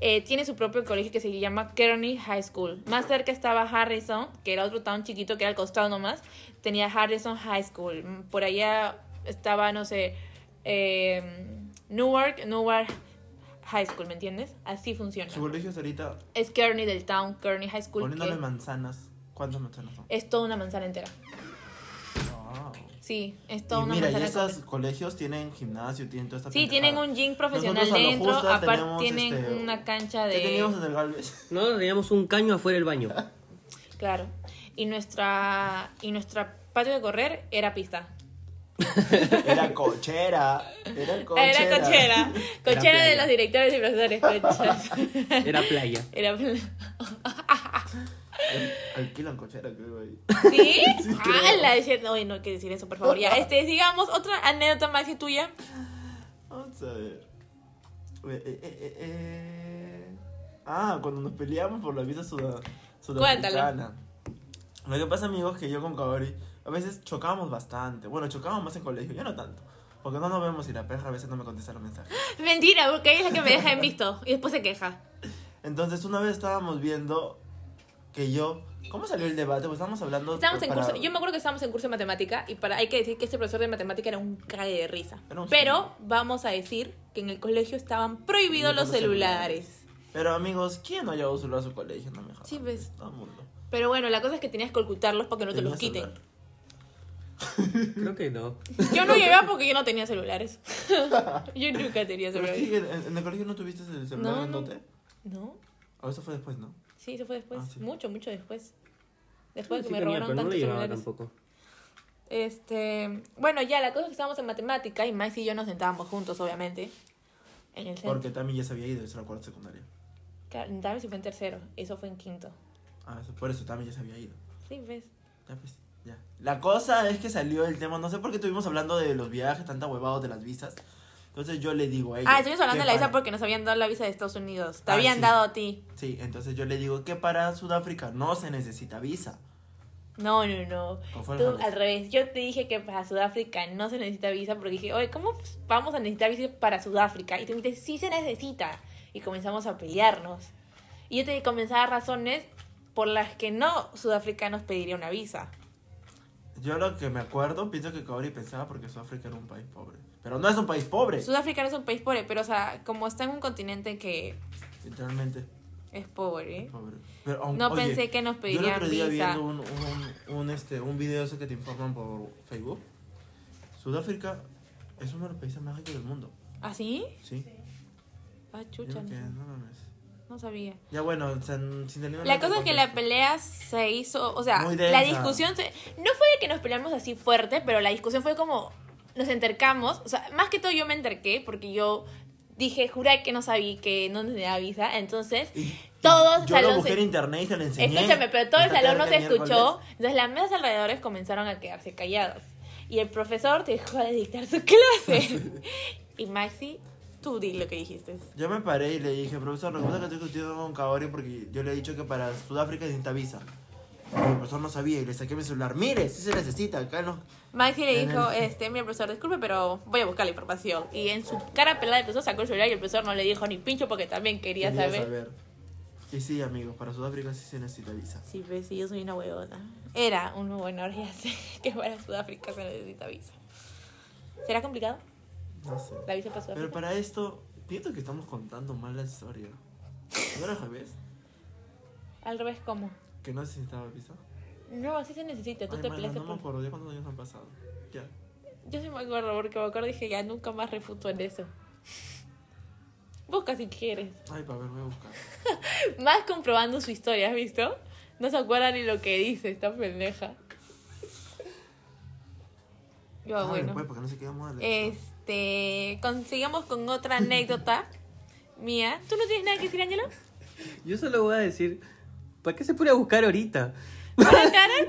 S5: eh, tiene su propio colegio que se llama Kearney High School. Más cerca estaba Harrison, que era otro town chiquito que era al costado nomás. Tenía Harrison High School. Mm, Por allá estaba, no sé, eh, Newark, Newark High School, ¿me entiendes? Así funciona.
S2: Su colegio Sarita,
S5: Es Kearney del town, Kearney High School. que-
S2: poniéndole manzanas. ¿Cuántas manzanas son?
S5: es toda una manzana entera.
S2: Wow.
S5: Sí, es toda
S2: Y
S5: una
S2: mira, y
S5: manzana
S2: esos
S5: completa.
S2: colegios tienen gimnasio, tienen toda esta
S5: Sí, tienen
S2: pendejada.
S5: un gym profesional
S2: Nosotros a lo
S5: dentro,
S2: justo
S5: aparte
S2: tenemos,
S5: tienen
S2: este,
S5: una cancha
S2: ¿Qué teníamos
S5: de...
S2: en el Galvez?
S4: No, teníamos un caño afuera del baño.
S5: Claro. Y nuestra y nuestra patio de correr era pista.
S2: Era cochera. Era cochera.
S5: Ah, Era cochera. Cochera de
S4: playa.
S5: los directores y profesores. cochera.
S4: Era playa.
S5: Era pla-
S2: Alquilan cochera, creo ahí.
S5: ¿Sí? Ah, la de... Oye, no hay que decir eso, por favor. Ya, este, sigamos. Otra anécdota más y tuya.
S2: Vamos a ver. Eh, eh, eh, eh. Ah, cuando nos peleamos por la visa sud-
S5: Cuéntalo.
S2: sudamericana. Lo que pasa, amigos, que yo con Kaori a veces chocábamos bastante. Bueno, chocábamos más en colegio, ya no tanto. Porque no nos vemos y la perra a veces no me contesta los mensajes.
S5: Mentira, porque ella es la que me deja en visto. Y después se queja.
S2: Entonces, una vez estábamos viendo que yo. ¿Cómo salió el debate? Pues estábamos hablando.
S5: Estábamos en
S2: para-
S5: curso, yo me acuerdo que estábamos en curso de matemática y para hay que decir que este profesor de matemática era un cague de risa.
S2: Era un
S5: Pero
S2: genio.
S5: vamos a decir que en el colegio estaban prohibidos los
S2: Los celulares.
S5: celulares.
S2: Pero, amigos, ¿quién no llevó su celular a su colegio? No me jodas.
S5: Sí, ves.
S2: Todo el mundo.
S5: Pero bueno, la cosa es que tenías que ocultarlos para que no te
S2: Tenía
S5: los quiten.
S2: celular.
S4: Creo que no.
S5: Yo no llevaba porque yo no tenía celulares. yo nunca tenía
S2: Pero es
S5: celulares.
S2: que en, en el colegio no tuviste el celular
S5: No, no.
S2: grandote.
S5: ¿No?
S2: O eso fue después, ¿no?
S5: Sí, eso fue después.
S2: Ah, sí.
S5: Mucho, mucho después. Después
S4: Sí
S5: de que me
S4: tenía, pero
S5: robaron
S4: no lo
S5: tantos
S4: llevaba
S5: celulares.
S4: tampoco.
S5: Este, bueno, ya la cosa es que estábamos en matemática y Max y yo nos sentábamos juntos, obviamente. En el centro.
S2: Porque también ya se había ido, eso era cuarto secundaria.
S5: Claro, Dame si fue en tercero, eso fue en quinto.
S2: Ah, eso, por eso también ya se había ido.
S5: Sí, ves.
S2: Ya pues, ya. La cosa es que salió el tema, no sé por qué estuvimos hablando de los viajes, tanta huevados de las visas. Entonces yo le digo a ella.
S5: Ah, estuvimos hablando
S2: que
S5: de la visa
S2: para-
S5: porque nos habían dado la visa de Estados Unidos. Te
S2: Ah,
S5: habían
S2: sí.
S5: dado a ti.
S2: Sí, entonces yo le digo que para Sudáfrica no se necesita visa.
S5: No, no, no.
S2: ¿O fue al
S5: Tú
S2: revés?
S5: al revés. Yo te dije que para Sudáfrica no se necesita visa porque dije, oye, ¿cómo pues, vamos a necesitar visa para Sudáfrica? Y tú me dijiste, sí se necesita. Y comenzamos a pelearnos. Y yo te comenzaba razones por las que no sudafricanos pediría una visa.
S2: Yo lo que me acuerdo, pienso que Kaori pensaba porque Sudáfrica era un país pobre. Pero no es un país pobre,
S5: Sudáfrica no es un país pobre, pero o sea, como está en un continente que
S2: literalmente.
S5: es pobre.
S2: Pobre. Pero, aun-
S5: No
S2: oye,
S5: pensé que
S2: Yo
S5: nos
S2: el
S5: pedirían
S2: otro día
S5: visa.
S2: viendo un, un, un, este, un video ese que te informan por Facebook, Sudáfrica es uno de los países más ricos del mundo.
S5: ¿Así?
S2: Sí.
S5: Ah,
S2: Yo
S5: chucha,
S2: me quedé,
S5: no,
S2: no mames.
S5: no sabía.
S2: Ya bueno, o sea, n- sin tener
S5: La
S2: otro
S5: cosa es que la
S2: contexto.
S5: pelea se hizo, o sea,
S2: Muy
S5: la
S2: densa.
S5: discusión se- no fue de que nos peleamos así fuerte, pero la discusión fue como nos entercamos, o sea, más que todo yo me enterqué porque yo dije, juré que no sabía que no nos daba visa, entonces todos el
S2: Yo lo
S5: salón
S2: busqué
S5: se-
S2: en internet y se lo enseñé.
S5: Escúchame, pero todo el
S2: Esta
S5: salón no se
S2: tarde,
S5: escuchó,
S2: miércoles.
S5: entonces las mesas alrededores comenzaron a quedarse callados y el profesor dejó de dictar su clase. y Maxi, tú di lo que dijiste.
S2: Yo me paré y le dije, profesor, lo que pasa es que estoy discutiendo con Kaori porque yo le he dicho que para Sudáfrica necesita visa. Pero el profesor no sabía y le saqué mi celular. Mire, sí se necesita, acá no.
S5: Maxi le
S2: En
S5: dijo,
S2: el-
S5: este, mi profesor, disculpe, pero voy a buscar la información. Y en su cara pelada el profesor sacó el celular y el profesor no le dijo ni pincho porque también quería,
S2: Quería
S5: saber.
S2: Y sí, amigos, para Sudáfrica sí se necesita visa.
S5: Sí, pues sí, yo soy una huevona. Era una buena orgía que para Sudáfrica se necesita visa. ¿Será complicado
S2: No sé.
S5: la visa para
S2: Pero
S5: Sudáfrica?
S2: para esto, pienso que estamos contando mal la historia. ¿No era Javés?
S5: Al revés, ¿cómo?
S2: ¿Que no se necesitaba visa?
S5: No, sí se necesita. Tú
S2: Ay,
S5: te
S2: mano,
S5: peleaste
S2: no me
S5: por...
S2: acuerdo, ya cuántos años han pasado. Ya.
S5: Yo sí me acuerdo porque me acuerdo y dije, ya nunca más refuto en eso. Busca si quieres.
S2: Ay, para ver, voy a buscar.
S5: Más comprobando su historia, ¿has visto? No se acuerda ni lo que dice esta pendeja. Yo,
S2: Ah,
S5: bueno.
S2: Después, porque no se queda moda la-
S5: Este, consigamos con otra anécdota mía. ¿Tú no tienes nada que decir, Ángelo?
S4: Yo solo voy a decir, ¿para qué se pone a buscar ahorita?
S5: Hola, Karen.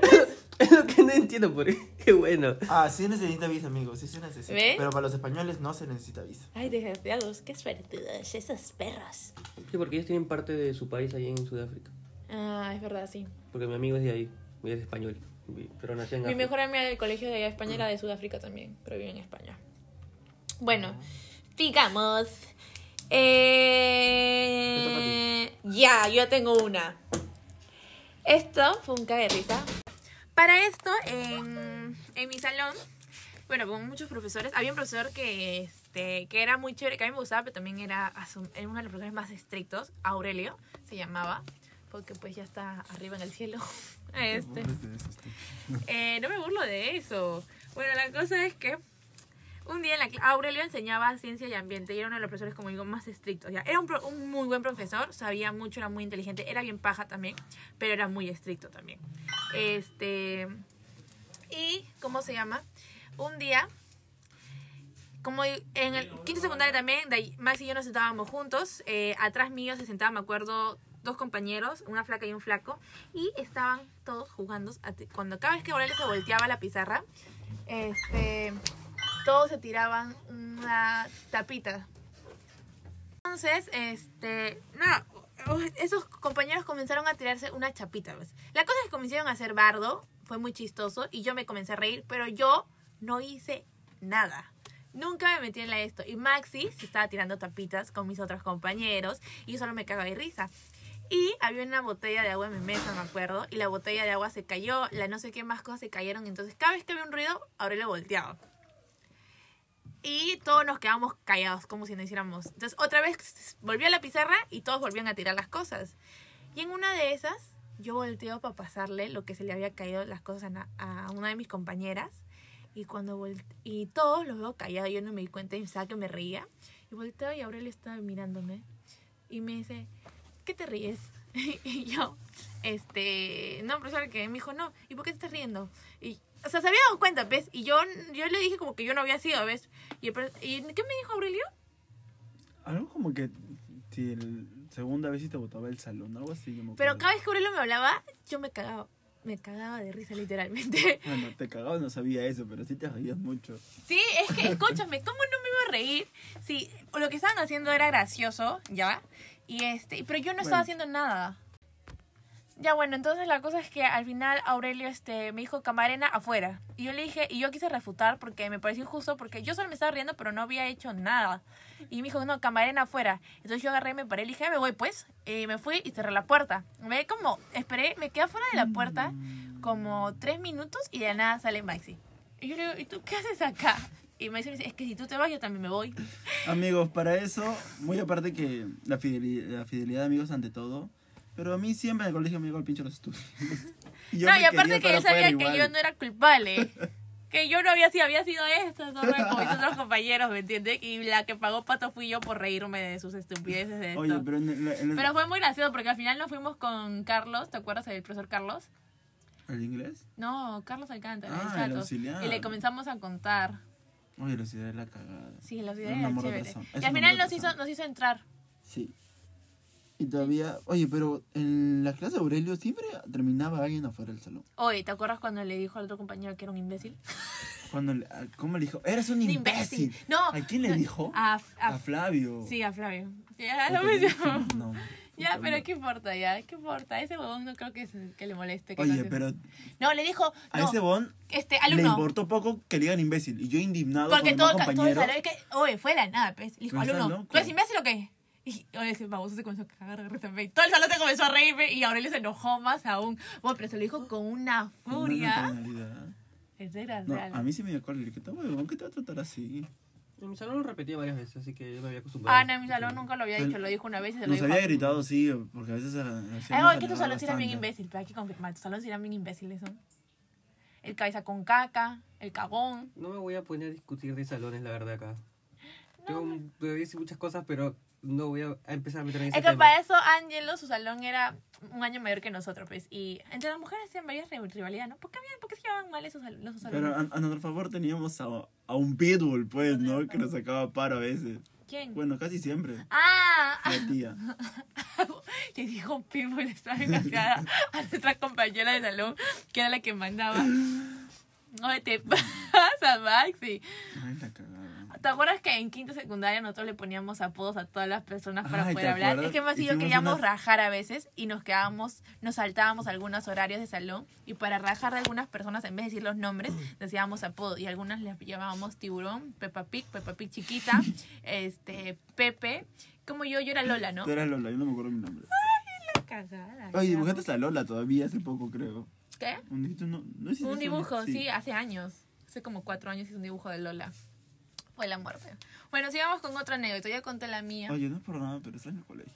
S4: es lo que no entiendo, porque qué bueno.
S2: Ah, sí necesita visa, amigos, sí se necesita.
S5: ¿Ves?
S2: Pero para los españoles no se necesita visa.
S5: Ay, desgraciados, qué suertudos, esos perros.
S4: Sí, porque ellos tienen parte de su país ahí en Sudáfrica.
S5: Ah, es verdad, sí.
S4: Porque mi amigo es de ahí, y es español, y- pero nació en
S5: Mi
S4: África.
S5: mejor amiga del colegio de allá de España era de Sudáfrica también, pero vive en España. Bueno, digamos. eh, ya, yo tengo una. Esto fue un cague de risa. Para esto, en, en mi salón, bueno, con muchos profesores, había un profesor que, este, que era muy chévere, que a mí me gustaba, pero también era, asum- era uno de los profesores más estrictos, Aurelio se llamaba, porque pues ya está arriba en el cielo. Este. Eh, no me burlo de eso. Bueno, la cosa es que un día en la cla- Aurelio enseñaba ciencia y ambiente y era uno de los profesores, como digo, más estrictos. ya. Era un, pro- un muy buen profesor, sabía mucho, era muy inteligente, era bien paja también, pero era muy estricto también. Este. Y, ¿cómo se llama? Un día, como en el quinto secundario también, de ahí, Max y yo nos sentábamos juntos. eh, atrás mío se sentaban, me acuerdo, dos compañeros, una flaca y un flaco. Y estaban todos jugando. a ti- Cuando cada vez que Aurelio se volteaba la pizarra, este, todos se tiraban una tapita. Entonces, este, nada, esos compañeros comenzaron a tirarse una chapita. pues. La cosa es que comenzaron a hacer bardo, fue muy chistoso y yo me comencé a reír, pero yo no hice nada. Nunca me metí en la de esto. Y Maxi se estaba tirando tapitas con mis otros compañeros y yo solo me cagaba de risa. Y había una botella de agua en mi mesa, me acuerdo, y la botella de agua se cayó, la no sé qué más cosas se cayeron, entonces cada vez que había un ruido, Aurelio volteaba. Y todos nos quedamos callados, como si no hiciéramos. Entonces otra vez volvió a la pizarra y todos volvían a tirar las cosas. Y en una de esas, yo volteo para pasarle lo que se le había caído las cosas a, a una de mis compañeras. Y cuando volte- y todos los veo callados, yo no me di cuenta y pensaba que me reía. Y volteo y Aurelio estaba mirándome. Y me dice, ¿qué te ríes? y yo, este, no, profesor, que me dijo, no, ¿y por qué te estás riendo? Y, o sea, se había dado cuenta, ¿ves? Y yo, yo le dije como que yo no había sido, ¿ves? Y, el profe- ¿y qué me dijo Aurelio?
S6: Algo como que si el segunda vez sí te botaba el salón, algo así. yo me
S5: Pero
S6: acuerdo.
S5: cada vez que Aurelio me hablaba, yo me cagaba. Me cagaba de risa, literalmente.
S6: Bueno, te cagabas, no sabía eso, pero sí te reías mucho.
S5: Sí, es que, escúchame, ¿cómo no me iba a reír? Sí, lo que estaban haciendo era gracioso, ¿ya? Y este, pero yo no
S6: Bueno.
S5: estaba haciendo nada. Ya, bueno, entonces la cosa es que al final Aurelio este, me dijo Camarena afuera. Y yo le dije, y yo quise refutar porque me pareció injusto, porque yo solo me estaba riendo, pero no había hecho nada. Y me dijo, no, Camarena afuera. Entonces yo agarré, me paré, le dije, "Ah, me voy pues. Y me fui y cerré la puerta. Me como, esperé, me quedé afuera de la puerta como tres minutos y de la nada sale Maxi. Y yo le digo, ¿y tú qué haces acá? Y me dice, me dice, es que si tú te vas, yo también me voy.
S6: Amigos, para eso, muy aparte que la fidelidad, la fidelidad de amigos ante todo, pero a mí siempre en el colegio me iba el pincho los estudios. Y yo
S5: no,
S6: me
S5: y aparte
S6: quería
S5: que
S6: estar
S5: él sabía
S6: afuera
S5: que
S6: igual.
S5: yo no era culpable. Que yo no había sido, había sido esta, solo como mis otros compañeros, ¿me entiendes? Y la que pagó pato fui yo por reírme de sus estupideces de esto.
S6: Oye,
S5: pero...
S6: pero en el, en el-
S5: fue muy gracioso porque al final nos fuimos con Carlos, ¿te acuerdas del profesor Carlos?
S6: ¿el inglés?
S5: No, Carlos Alcántara,
S6: Ah,
S5: el
S6: el
S5: chato.
S6: auxiliar.
S5: y le comenzamos a contar.
S2: Oye, los ideas de la cagada.
S7: Sí,
S2: Me
S7: los videos eran
S2: enamoro de
S7: chéveres.
S2: persona.
S7: Y
S2: Eso
S7: al
S2: me
S7: final
S2: enamoro
S7: nos
S2: de
S7: hizo,
S2: persona.
S7: nos hizo entrar.
S2: Sí. Y todavía, oye, pero en la clase de Aurelio siempre terminaba alguien afuera del salón.
S7: Oye, ¿te acuerdas cuando le dijo al otro compañero que era un imbécil?
S2: Cuando le- a- ¿Cómo le dijo? Eres un
S7: Un
S2: imbécil.
S7: imbécil. No.
S2: ¿A quién le dijo?
S7: A- a-
S2: Flavio.
S7: Sí, a Flavio. Ya,
S2: Puta,
S7: lo mencionó.
S2: No.
S7: Ya,
S2: puta
S7: pero
S2: madre.
S7: ¿qué importa? Ya, ¿qué importa? A ese huevón no creo que, se- que le moleste. que
S2: Oye,
S7: no-
S2: pero
S7: No, le dijo.
S2: a
S7: no,
S2: ese bon
S7: este,
S2: le
S7: alumno.
S2: importó poco que le digan imbécil. Y yo indignado
S7: Porque
S2: con los
S7: todo, ca- todo el
S2: compañeros.
S7: salón. es que, oye, fue de la nada, pues. Le dijo,
S2: Pero está
S7: alumno,
S2: loco.
S7: ¿tú eres imbécil o qué? Y oye, ese baboso se comenzó a cagar de risa. Y Todo el salón se comenzó a reír pe, y Aurelio se enojó más aún. Bueno, pero se lo dijo con una
S2: Con una
S7: furia.
S2: nacionalidad.
S7: Es real.
S2: No, a mí sí me dio cólera. ¿Qué tal, huevón? ¿Qué te va a tratar así?
S4: En mi salón lo repetía varias veces, así que yo me había acostumbrado.
S7: Ah, no, en mi salón nunca lo había dicho, lo dijo una vez y se lo
S2: Nos
S7: dijo.
S2: había gritado, sí, porque a veces. eh,
S7: Ay,
S2: Ay,
S7: oye, que tu salón sí era bien imbécil, pero hay que confirmar, tu salón sí era bien imbéciles son. El cabeza con caca, el cagón.
S4: No me voy a poner a discutir de salones, la verdad, acá. Yo voy a decir muchas cosas, pero no voy a a empezar a meter en ese
S7: Es que
S4: tema.
S7: para eso Angelo, su salón era un año mayor que nosotros, pues. Y entre las mujeres hacían varias ri- rivalidades, ¿no? ¿Por qué, habían- por qué se llevaban mal esos sal- los
S2: Pero
S7: salones?
S2: a, a nuestro favor teníamos a, a un pitbull, pues, ¿no? Que nos sacaba paro a veces.
S7: ¿Quién?
S2: Bueno, casi siempre.
S7: Ah,
S2: La tía.
S7: le dijo un pitbull, estaba encargada a nuestra compañera de salón, que era la que mandaba. Oye, te pasa, Maxi.
S2: Ay, la cagada.
S7: ¿Te acuerdas que en quinta secundaria nosotros le poníamos apodos a todas las personas para
S2: Ay, ¿te
S7: poder hablar?
S2: acuerdas?
S7: Es que más y yo
S2: Hicimos
S7: queríamos
S2: unas-
S7: rajar a veces y nos quedábamos, nos saltábamos algunos horarios de salón y para rajar de algunas personas, en vez de decir los nombres, decíamos apodos y algunas les llamábamos tiburón, Peppa Pig, Peppa Pig chiquita, este, Pepe. Como yo, yo era Lola, ¿no?
S2: Tú eras Lola, yo no me acuerdo mi nombre.
S7: Cagada.
S2: Oye,
S7: ya.
S2: dibujaste a Lola todavía hace poco, creo.
S7: ¿Qué?
S2: Un dibujito, no, no hiciste
S7: Un
S2: eso?
S7: dibujo, sí. hace años. Hace como cuatro años hice un dibujo de Lola. Fue la muerte. Bueno, sigamos con otra anécdota. Ya conté la mía.
S2: Oye, no es por nada, pero estás en el colegio.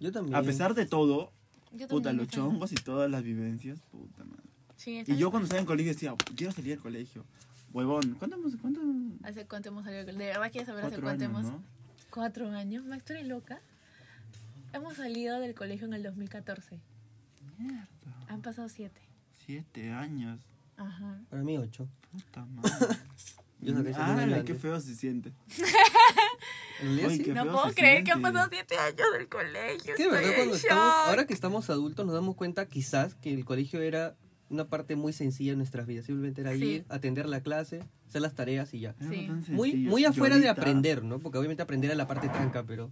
S4: Yo también.
S2: A pesar de todo,
S7: Yo
S2: puta,
S7: también
S2: los
S7: estoy-
S2: chongos y todas las vivencias, puta madre.
S7: Sí,
S2: Y
S7: estaba-
S2: yo cuando estaba en colegio decía, quiero salir del colegio. Huevón, ¿cuánto hemos, cuánto?
S7: ¿Hace cuánto hemos salido? del- De verdad quieres saber hace
S2: Cuatro
S7: cuánto
S2: años,
S7: hemos.
S2: ¿no?
S7: Cuatro años, Max, tú eres loca. Hemos salido del colegio en el 2014.
S2: Mierda,
S7: Han pasado siete.
S2: siete años.
S7: Ajá.
S4: Para mí, ocho.
S2: Puta madre. Ah,
S4: Yo saqué ese número
S2: Ay,
S4: antes.
S2: qué feo se siente.
S4: En realidad,
S2: Oye,
S4: sí.
S2: qué
S7: No
S2: feo
S7: puedo
S2: se
S7: creer que han
S2: siente.
S7: pasado siete años del colegio.
S4: Que de
S7: Estoy
S4: verdad,
S7: en
S4: cuando
S7: shock.
S4: estamos, ahora que estamos adultos nos damos cuenta quizás que el colegio era una parte muy sencilla de nuestras vidas. Simplemente era
S7: Sí.
S4: ir, atender la clase, hacer las tareas y ya.
S2: Era
S7: Sí.
S2: tan
S4: Muy,
S2: sencillo.
S4: muy
S2: Y
S4: afuera de
S2: ahorita-
S4: aprender, ¿no? Porque obviamente aprender era la parte tranca, pero...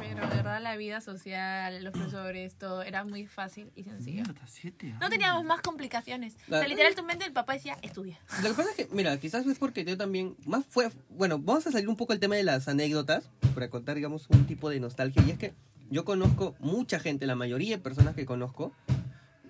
S7: Pero de verdad la vida social, los profesores, todo era muy fácil y sencillo.
S2: Mierda, siete años.
S7: No teníamos más complicaciones.
S4: La-
S7: O sea, literal, tu mente el papá decía, estudia.
S4: Lo que pasa es que, mira, quizás es porque yo también... Más fue... Bueno, vamos a salir un poco del tema de las anécdotas para contar, digamos, un tipo de nostalgia. Y es que yo conozco mucha gente, la mayoría de personas que conozco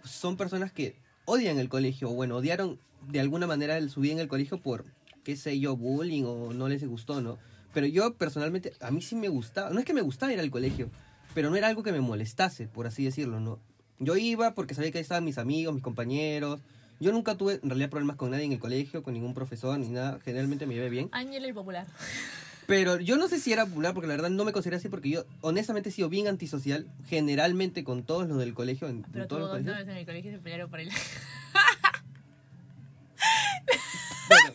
S4: son personas que odian el colegio, o bueno, odiaron de alguna manera el subir en el colegio por, qué sé yo, bullying o no les gustó, ¿no? Pero yo personalmente, a mí sí me gustaba, no es que me gustaba ir al colegio, pero no era algo que me molestase, por así decirlo, ¿no? Yo iba porque sabía que ahí estaban mis amigos, mis compañeros. Yo nunca tuve en realidad problemas con nadie en el colegio, con ningún profesor ni nada. Generalmente me llevé bien.
S7: Ángel el popular.
S4: Pero yo no sé si era popular, porque la verdad no me considero así, porque yo honestamente he sido bien antisocial, generalmente con todos los del colegio, en, en
S7: Pero
S4: todos
S7: tuvo
S4: los
S7: dos
S4: colegios.
S7: novios en el colegio y se pelearon por él.
S4: Bueno,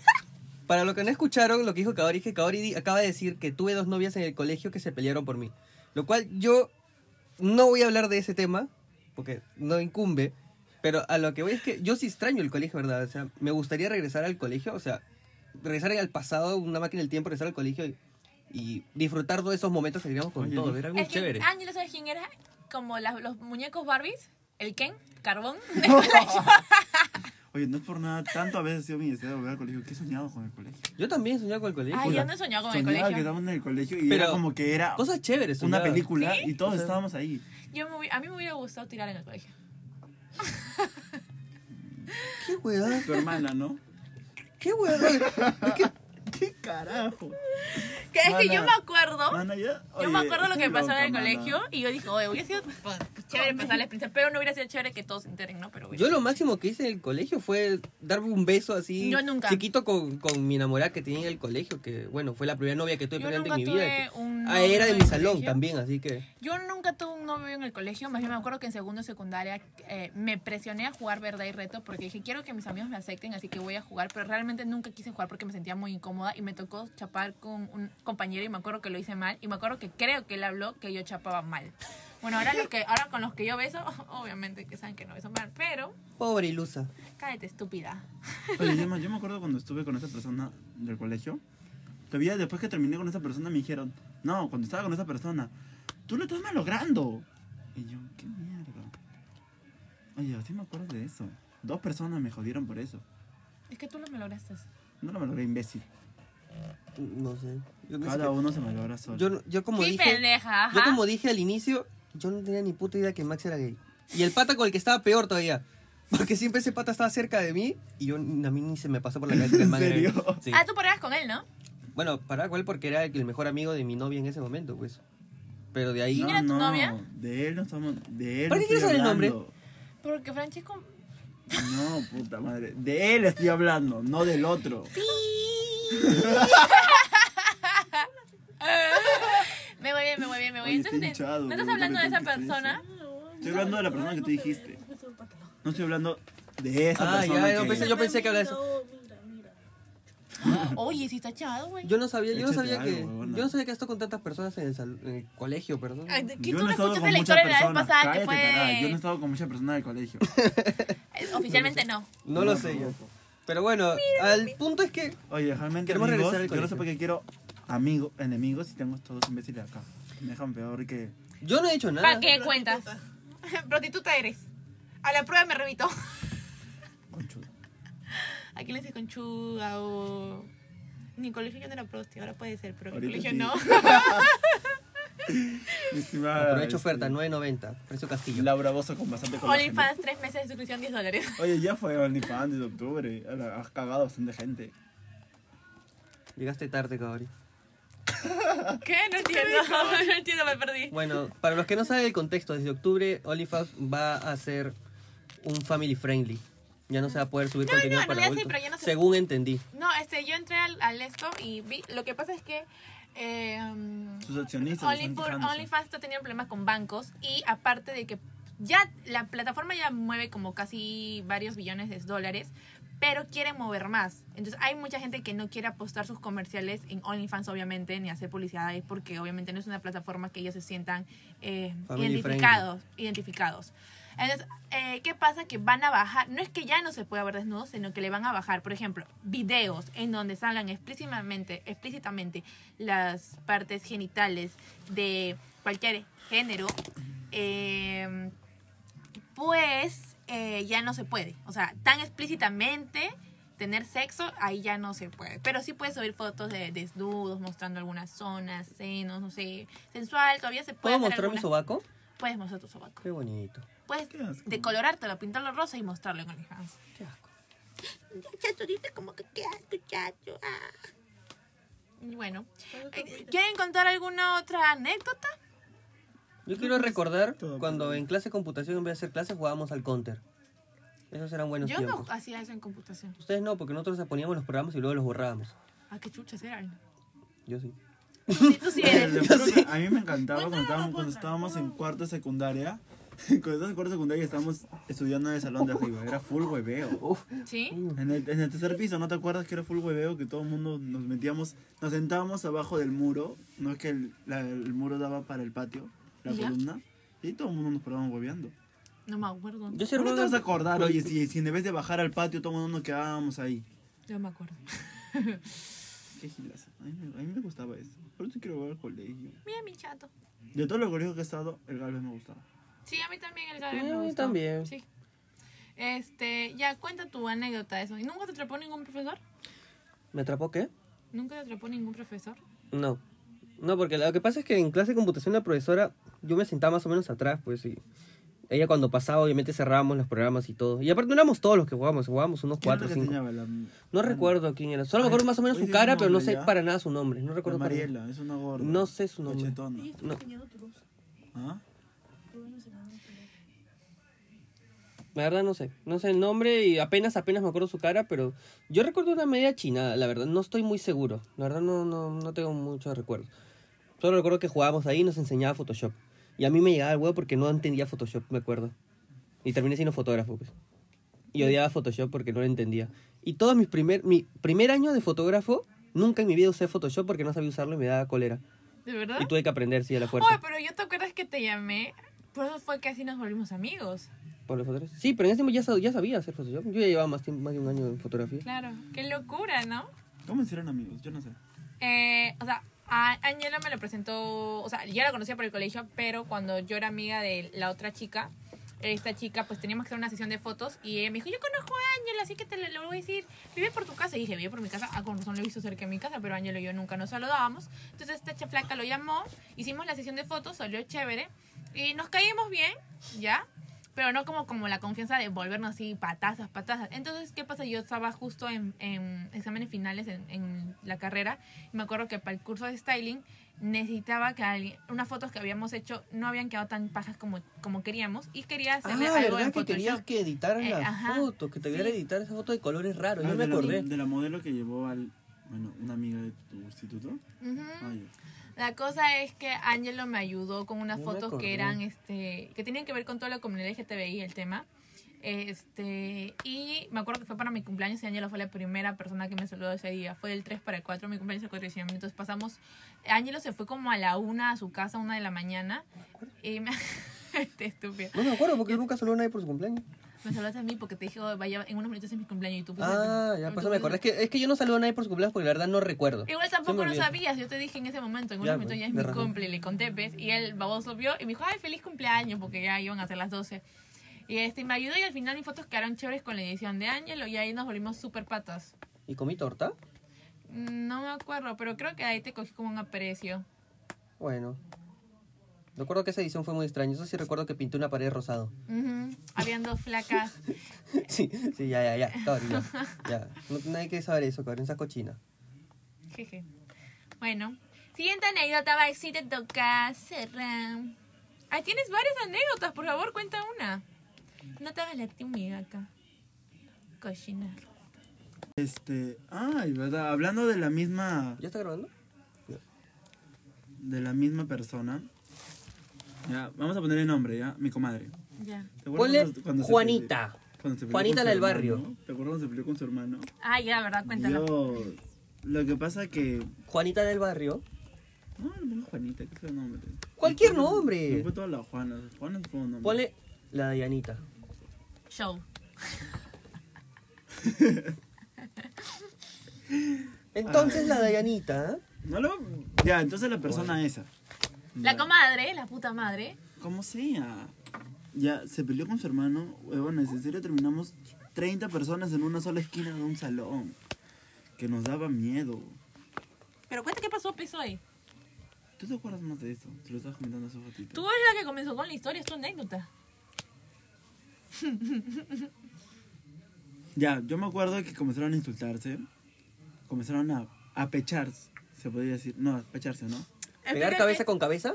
S4: para los que no escucharon lo que dijo Kaori, es que Kaori di- acaba de decir que tuve dos novias en el colegio que se pelearon por mí. Lo cual yo no voy a hablar de ese tema, porque no incumbe. Pero a lo que voy es que yo sí extraño el colegio, ¿verdad? O sea, me gustaría regresar al colegio, o sea, regresar al pasado, una máquina del tiempo, regresar al colegio y, y disfrutar todos esos momentos que vivíamos con
S2: Oye,
S4: todos.
S2: ¿no?
S4: Era muy
S7: Es
S4: chévere.
S7: que ah, Ángel, ¿sabes quién era? Como las- los muñecos Barbies, el Ken, Carbón.
S2: Oye, no es por nada, tanto a veces ha sido mi deseo de volver al colegio, que he soñado con el colegio.
S4: Yo también soñaba con el colegio.
S7: Ay, ah, yo no he soñado con el
S2: Soñaba que
S7: colegio.
S2: estábamos en el colegio y
S4: Pero
S2: era como que era
S4: Cosas chéveres.
S2: una
S4: soñaba.
S2: película y todos
S4: O sea-
S2: estábamos ahí.
S7: Yo me hubi- a mí me hubiera gustado tirar en el colegio.
S4: Qué huevada,
S2: Tu hermana, ¿no?
S4: qué huevada. Es que
S2: ¿Qué carajo?
S7: Que es que
S2: Mana,
S7: yo me acuerdo.
S2: Mana, ya-
S7: Yo me
S2: oye,
S7: acuerdo lo que
S2: estoy
S7: pasó en el
S2: loca, mana.
S7: colegio y yo dije, oye, hubiera sido pues, chévere pasar la experiencia, pero no hubiera sido chévere que todos se enteren, ¿no? Pero bueno.
S4: Yo lo máximo que hice en el colegio fue darme un beso así
S7: Pues, Yo nunca.
S4: chiquito con, con mi enamorada que tenía en el colegio, que bueno, fue la primera novia que tuve
S7: Yo
S4: peleando en
S7: nunca
S4: mi
S7: tuve
S4: vida. que-
S7: un
S4: ah, era de
S7: novio
S4: mi
S7: en
S4: salón
S7: colegio.
S4: también, así que...
S7: Yo nunca tuve un novio en el colegio, más bien me acuerdo que en segundo de secundaria eh, me presioné a jugar verdad y reto porque dije, quiero que mis amigos me acepten, así que voy a jugar, pero realmente nunca quise jugar porque me sentía muy incómoda y me tocó chapar con un compañero y me acuerdo que lo hice mal y me acuerdo que creo que él habló que yo chapaba mal. Bueno, ahora, los que, ahora con los que yo beso, obviamente que saben que no beso mal, pero
S4: Pobre ilusa.
S7: cállate estúpida.
S2: Oye, yo, me- yo me acuerdo cuando estuve con esa persona del colegio. Todavía después que terminé con esa persona me dijeron, no, cuando estaba con esa persona, tú lo estás malogrando. Y yo, qué mierda. Oye, sí me acuerdo de eso. Dos personas me jodieron por eso.
S7: Es que tú lo me lograste.
S2: No lo malogré, imbécil.
S4: No sé. Yo, no sé
S2: Cada uno se malogra
S4: qué-
S2: solo.
S4: yo, no- yo como
S7: Sí,
S4: dije...
S7: pendeja, ajá.
S4: Yo como dije al inicio, yo no tenía ni puta idea que Max era gay. Y el pata con el que estaba peor todavía. Porque siempre ese pata estaba cerca de mí y yo a mí ni se me pasó por la cabeza que el
S2: ¿En
S4: man era gay.
S2: serio?
S4: Sí.
S7: Ah, tú parejas con él, ¿no?
S4: Bueno, para cuál porque era el mejor amigo de mi novia en ese momento, pues. Pero de ahí
S7: ¿Quién era tu novia?
S2: De él no estamos. De él.
S4: ¿Para
S2: no
S4: qué
S2: estoy
S4: quieres saber el
S2: hablando.
S7: Porque Francesco...
S2: No, puta madre. De él estoy hablando, no del otro.
S7: Me voy bien, me voy bien, me voy
S2: Oye, estoy
S7: bien. Entonces,
S2: hinchado,
S7: ¿no
S2: boludo,
S7: estás
S2: no
S7: hablando
S2: me
S7: de esa
S2: toques eso.
S7: persona?
S2: Estoy hablando de la persona que tú dijiste. No estoy hablando de esa
S4: Ah,
S2: persona.
S4: ya, yo
S2: que-
S4: pensé, yo pensé que hablaba de eso.
S7: Oye, sí está chado, güey.
S4: Yo no sabía, yo no
S2: Échate
S4: sabía que
S2: algo, huevona.
S4: yo no sabía que esto con tantas personas en el, sal- en el colegio, perdón.
S7: Ay, ¿Qué
S2: Yo
S7: tú no
S2: he estado
S7: escuchaste
S2: con
S7: la
S2: muchas
S7: historia de la vez
S2: personas.
S7: pasada que
S2: Cállate,
S7: fue
S2: tarada. Yo no he
S7: de...
S2: estado con muchas personas del colegio.
S7: Eh, Oficialmente no.
S4: No lo sé yo. Pero bueno, al punto es que
S2: Oye, realmente
S4: Queremos
S2: amigos,
S4: regresar al
S2: yo no sé
S4: colegio.
S2: por qué quiero amigos, enemigos y tengo todos imbéciles acá. Me dejan peor que...
S4: yo no he hecho nada.
S7: ¿Para qué cuentas? pues, Prostituta eres. A la prueba me remito.
S2: Conchudo.
S7: Aquí le dice conchuga o... Ni en colegio yo no era prosti, ahora puede ser, pero en
S2: Ahorita
S7: colegio
S2: sí.
S7: no.
S2: Mi estimada,
S4: Aprovecho
S2: este,
S4: oferta, 9.90, precio castillo.
S2: Laura Bozo con bastante colágeno.
S7: OnlyFans, tres meses de suscripción, 10 dólares.
S2: Oye, ya fue OnlyFans desde octubre. Ahora, Has cagado bastante gente.
S4: Llegaste tarde, cabrón.
S7: ¿Qué? No entiendo. No entiendo, me perdí.
S4: Bueno, para los que no saben el contexto, desde octubre OnlyFans va a ser un family friendly. Ya no se va a poder subir
S7: No,
S4: contenido
S7: no, en
S4: para
S7: realidad sí,
S4: adultos,
S7: pero ya no se-
S4: según entendí.
S7: No, este, yo entré al, al esto y vi. Lo que pasa es que. Eh, mm,
S2: Sus accionistas
S7: Only
S2: están
S7: for-
S2: quejándose.
S7: OnlyFans está teniendo problemas con bancos y aparte de que ya la plataforma ya mueve como casi varios billones de dólares, pero quiere mover más. Entonces hay mucha gente que no quiere apostar sus comerciales en OnlyFans, obviamente, ni hacer publicidad ahí, porque obviamente no es una plataforma que ellos se sientan eh,
S4: Family
S7: identificados. identificados. Entonces, eh, ¿qué pasa? Que van a bajar, no es que ya no se pueda ver desnudos, sino que le van a bajar, por ejemplo, videos en donde salgan explícitamente, explícitamente las partes genitales de cualquier género, eh, pues eh, ya no se puede. O sea, tan explícitamente tener sexo, ahí ya no se puede. Pero sí puedes subir fotos de desnudos, mostrando algunas zonas, senos, no sé, sensual, todavía se puede.
S4: ¿Puedo
S7: hacer
S4: mostrar mi
S7: algunas-
S4: sobaco?
S7: Puedes mostrar tu sobaco.
S4: Qué bonito.
S7: Puedes
S2: Qué asco.
S7: decolorártelo, pintarlo rosa y mostrarlo con OnlyFans.
S4: Qué asco.
S7: Chacho, dice como que qué asco, chacho. ah. Y Bueno, eh, ¿quieren contar alguna otra anécdota?
S4: Yo quiero recordar
S2: todo
S4: cuando
S2: por-
S4: en clase de computación, en vez de hacer clases, jugábamos al counter. Esos eran buenos
S7: Yo no
S4: tiempos.
S7: hacía eso en computación.
S4: Ustedes no, porque nosotros poníamos los programas y luego los borrábamos.
S7: ¿A qué chuchas eran?
S4: Yo sí.
S7: Sí, tú sí
S2: Te
S7: eres.
S2: juro que A mí me encantaba cuando estábamos, cuando estábamos en cuarto de secundaria. Cuando estábamos en cuarto de secundaria estábamos estudiando en el salón de arriba. Era full hueveo.
S7: ¿Sí?
S2: En el, en el tercer piso, ¿no te acuerdas que era full hueveo? Que todo el mundo nos metíamos, nos sentábamos abajo del muro. No es que el, la- el muro daba para el patio, la
S7: ¿Ya?
S2: columna. Y todo el mundo nos parábamos hueveando.
S7: No me acuerdo.
S4: Yo sí
S2: ¿Cómo no te
S4: recuerdo-
S2: vas a acordar, oye? Si, si en vez de bajar al patio, todo el mundo nos quedábamos ahí.
S7: Yo me acuerdo.
S2: Qué gilazo. A mí, me- a mí me gustaba eso. Pero te quiero volver al colegio.
S7: Mira mi chato.
S2: De todos los colegios que he estado, el Galvez me gustaba.
S7: Sí, a mí también el Gabriel
S4: Sí,
S7: me
S4: a mí
S7: gustó.
S4: también.
S7: Sí. Este, ya, cuenta tu anécdota de eso. ¿Y nunca te atrapó ningún profesor?
S4: ¿Me atrapó qué?
S7: ¿Nunca te atrapó ningún profesor?
S4: No. No, porque lo que pasa es que en clase de computación la profesora, yo me sentaba más o menos atrás, pues, y ella cuando pasaba, obviamente cerrábamos los programas y todo. Y aparte no éramos todos los que jugábamos, jugábamos unos
S2: ¿Quién era la
S4: cuatro o
S2: que
S4: cinco.
S2: enseñaba? La,
S4: No recuerdo quién era. Solo me
S2: Ay,
S4: acuerdo más o menos
S2: oye,
S4: su cara,
S2: ¿cómo
S4: pero no
S2: era
S4: sé
S2: ya?
S4: para nada su nombre. No
S2: la
S4: recuerdo para nada.
S2: Mariela, es una gorda. ¿Ah?
S4: No sé su nombre.
S2: Cachetona.
S4: No.
S2: ¿Ah?
S4: La verdad no sé, no sé el nombre y apenas, apenas me acuerdo su cara, pero yo recuerdo una media china, la verdad, no estoy muy seguro, la verdad no, no, no tengo muchos recuerdos. Solo recuerdo que jugábamos ahí y nos enseñaba Photoshop. Y a mí me llegaba el huevo porque no entendía Photoshop, me acuerdo. Y terminé siendo fotógrafo, pues. Y odiaba Photoshop porque no lo entendía. Y todo mis primer, mi primer año de fotógrafo, nunca en mi vida usé Photoshop porque no sabía usarlo y me daba cólera.
S7: ¿De verdad?
S4: Y tuve que aprender, sí, a la
S7: Oye,
S4: fuerza.
S7: pero yo te acuerdas que te llamé. Por eso fue que así nos volvimos amigos.
S4: Por los fotógrafos. Sí, pero en ese tiempo ya, sab- ya sabía hacer Photoshop. Yo ya llevaba más, tiempo, más de un año en fotografía.
S7: Claro. Qué locura, ¿no?
S2: ¿Cómo hicieron amigos? Yo no sé.
S7: Eh, o sea, a Angela me lo presentó, o sea, yo la conocía por el colegio, pero cuando yo era amiga de la otra chica, esta chica, pues teníamos que hacer una sesión de fotos y ella me dijo, yo conozco a Angela, así que te lo, lo voy a decir, vive por tu casa. Y dije, vive por mi casa, ah, con razón lo he visto cerca de mi casa, pero Angela y yo nunca nos saludábamos. Entonces esta chaflaca lo llamó, hicimos la sesión de fotos, salió chévere y nos caímos bien, ¿ya? Pero no como, como la confianza de volvernos así patazas, patazas. Entonces, ¿qué pasa? Yo estaba justo en, en exámenes finales en, en la carrera y me acuerdo que para el curso de styling necesitaba que alguien, unas fotos que habíamos hecho no habían quedado tan pajas como, como queríamos y quería hacerle algo en Photoshop.
S4: Ah, que editaran
S7: Eh,
S4: las
S7: ajá,
S4: fotos, que te vieran
S7: sí.
S4: editar esa foto de colores raros,
S2: Ah,
S4: Pues yo me
S2: de, la,
S4: acordé.
S2: de la modelo que llevó al. Bueno, una amiga de tu instituto.
S7: Ujú.
S2: Ah, ya.
S7: La cosa es que Angelo me ayudó con unas
S4: No me
S7: fotos
S4: acordé.
S7: que eran, este, que tenían que ver con toda la comunidad LGTBI, el tema. Este, y me acuerdo que fue para mi cumpleaños y Angelo fue la primera persona que me saludó ese día. Fue del 3 para el 4, mi cumpleaños el 4 de diciembre. Entonces pasamos, Angelo se fue como a la 1 a su casa, 1 de la mañana. Y me... este estúpido.
S4: No me acuerdo porque yo nunca saludé a nadie por su cumpleaños.
S7: Me saludaste a mí porque te dije, "Oh, vaya, en unos minutos es mi cumpleaños y tú pues, fuiste-
S4: Ah, ya
S7: tú
S4: pasó, me acordé. Es
S7: fuiste-
S4: que, es que yo no saludo a nadie por su cumpleaños porque la verdad no recuerdo.
S7: Igual
S4: Se me
S7: tampoco lo
S4: olvidó.
S7: sabías, yo te dije en ese momento, en un
S4: Ya,
S7: momento
S4: pues,
S7: ya es
S4: de
S7: mi
S4: razón.
S7: cumple, le conté, pues, y él baboso vio y me dijo, ay, feliz cumpleaños, porque ya iban a ser las 12. Y este, me ayudó y al final mis fotos quedaron chéveres con la edición de Ángelo y ahí nos volvimos súper patas.
S4: ¿Y comí torta?
S7: Mm, No me acuerdo, pero creo que ahí te cogí como un aprecio.
S4: Bueno. Recuerdo que esa edición fue muy extraña. Eso sí recuerdo que pinté una pared rosado.
S7: Ujú, Habían dos flacas.
S4: Sí, sí, ya, ya, ya. Cabrón, ya. ya. No, no hay que saber eso, cabrón. Esa cochina.
S7: Jeje. Bueno, siguiente anécdota va a si te toca cerrar. Ah, tienes varias anécdotas, por favor, cuenta una. No te hagas la tímida acá. Cochinar.
S2: Este. Ay, ¿verdad? Hablando de la misma.
S4: ¿Ya está grabando?
S2: De la misma persona. Ya, vamos a poner el nombre, ¿ya? Mi comadre.
S7: Ya.
S2: ¿Te acuerdas
S4: Ponle
S2: cuando- cuando se
S4: Juanita.
S2: peleó- cuando se peleó
S4: Juanita
S2: con
S4: la
S2: su
S4: del barrio.
S2: hermano? ¿Te acuerdas cuando se peleó con su hermano?
S7: Ah, ya, ¿verdad? Cuéntalo.
S2: Dios. Lo que pasa que.
S4: Juanita del barrio.
S2: Ah, No, le pongo Juanita, ¿qué fue el nombre?
S4: Cualquier
S2: Me
S4: nombre.
S2: fue toda la Juana. Juana fue un nombre.
S4: Ponle la Dayanita.
S7: Show.
S4: Entonces la Dayanita. ¿eh?
S2: No lo. Ya, entonces la persona esa.
S7: La
S2: Ya.
S7: comadre, la puta madre.
S2: Como sea. Ya, se peleó con su hermano. Huevones, en serio terminamos 30 personas en una sola esquina de un salón. Que nos daba miedo.
S7: Pero cuenta qué pasó, pues, hoy.
S2: ¿Tú te acuerdas más de eso? Te lo estaba comentando hace un ratito.
S7: Tú eres la que comenzó con la historia, es tu anécdota.
S2: Ya, yo me acuerdo que comenzaron a insultarse. Comenzaron a, a pecharse, se podría decir. No, a pecharse, ¿no?
S4: Pegar
S7: Espérate.
S4: cabeza con cabeza.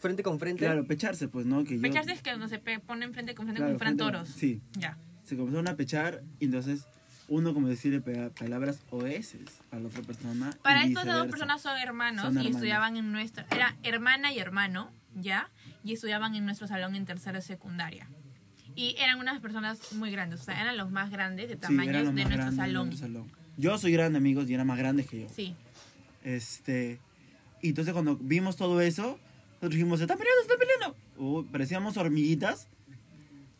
S4: Frente con frente.
S2: Claro, pecharse, pues, ¿no? Que yo,
S7: Pecharse es que cuando se pe- ponen frente con frente
S2: Claro,
S7: con Fran
S2: frente-
S7: Toros.
S2: Sí.
S7: Ya.
S2: Se comenzaron a pechar y entonces uno como decirle pega- palabras oeces a la otra persona.
S7: Para
S2: y
S7: estos dos
S2: viceversa.
S7: personas son hermanos
S2: Son
S7: y
S2: hermanos.
S7: estudiaban en nuestro. Era hermana y hermano, ¿ya? Y estudiaban en nuestro salón en tercero de secundaria. Y eran unas personas muy grandes, o sea, eran los más grandes de
S2: Sí, eran
S7: tamaños
S2: los
S7: de
S2: más
S7: nuestro
S2: grandes de
S7: salón.
S2: nuestro salón. Yo soy grande, amigos, y eran más grandes que yo.
S7: Sí.
S2: Este. Y entonces cuando vimos todo eso, nosotros dijimos, se están peleando, se están peleando. Uy, parecíamos hormiguitas,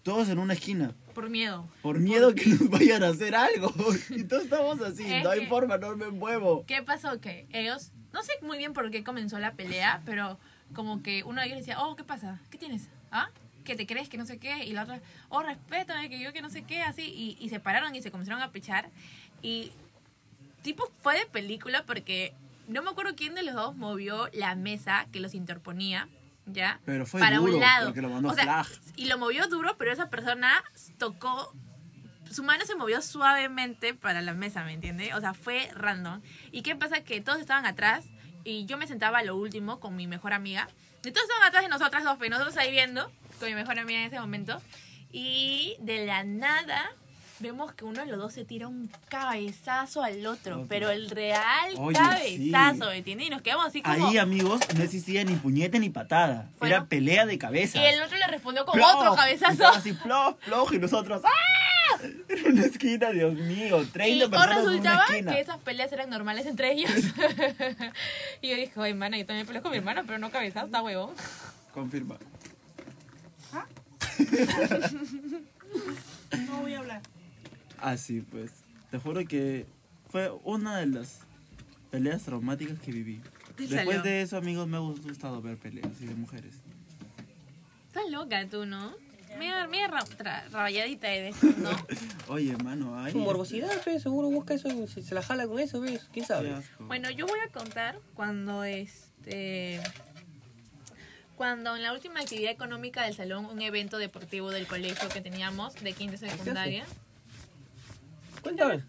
S2: todos en una esquina.
S7: Por miedo.
S2: Por miedo que nos vayan a hacer algo. Y todos estamos así,
S7: Es
S2: no hay
S7: que-
S2: forma, no me muevo.
S7: ¿Qué pasó? Que ellos, no sé muy bien por qué comenzó la pelea, pero como que uno de ellos decía, oh, ¿qué pasa? ¿Qué tienes? ¿Ah? ¿Qué te crees? Que no sé qué. Y la otra, oh, respétame, que yo que no sé qué, así. Y, y se pararon y se comenzaron a pechar. Y tipo fue de película porque no me acuerdo quién de los dos movió la mesa que los interponía. ¿Ya?
S2: Pero fue duro, porque lo mandó
S7: O sea,
S2: flag.
S7: Y lo movió duro, pero esa persona tocó su mano se movió suavemente para la mesa, ¿me entiendes? O sea, fue random. ¿Y qué pasa? Que todos estaban atrás y yo me sentaba a lo último con mi mejor amiga. Y todos estaban atrás de nosotras dos, pero nosotros ahí viendo con mi mejor amiga en ese momento. Y de la nada vemos que uno de los dos se tira un cabezazo al otro,
S2: Otro.
S7: pero el real
S2: Oye,
S7: cabezazo,
S2: sí.
S7: ¿me entiendes? Y nos quedamos así como...
S2: Ahí, amigos, no existía ni puñete ni patada.
S7: Fueron-
S2: Era pelea de cabeza.
S7: y el otro le respondió con otro cabezazo.
S2: Así, plof, plof, y nosotros, ¡ah! En una esquina, Dios mío, 30
S7: Y
S2: personas en una
S7: resultaba
S2: esquina.
S7: que esas peleas eran normales entre ellos. y yo dije, ay, hermana, yo también peleo con mi hermana, pero no cabezazo, está huevón.
S2: Confirma.
S8: ¿Ah? No voy a hablar.
S2: Así pues, te juro que fue una de las peleas traumáticas que viví.
S8: Te
S2: Después
S8: salió.
S2: de eso, amigos, me ha gustado ver peleas y de mujeres.
S7: Estás loca tú, ¿no? Mira, mira, ra- tra- raballadita eres, ¿no?
S2: Oye, hermano, ay.
S4: Con morbosidad, pe, seguro busca eso y se, se la jala con eso, ¿ves?
S2: qué
S4: ¿Quién sabe?
S2: asco.
S7: Bueno, yo voy a contar cuando este. Cuando en la última actividad económica del salón, un evento deportivo del colegio que teníamos de quinta y secundaria.
S4: Cuéntame.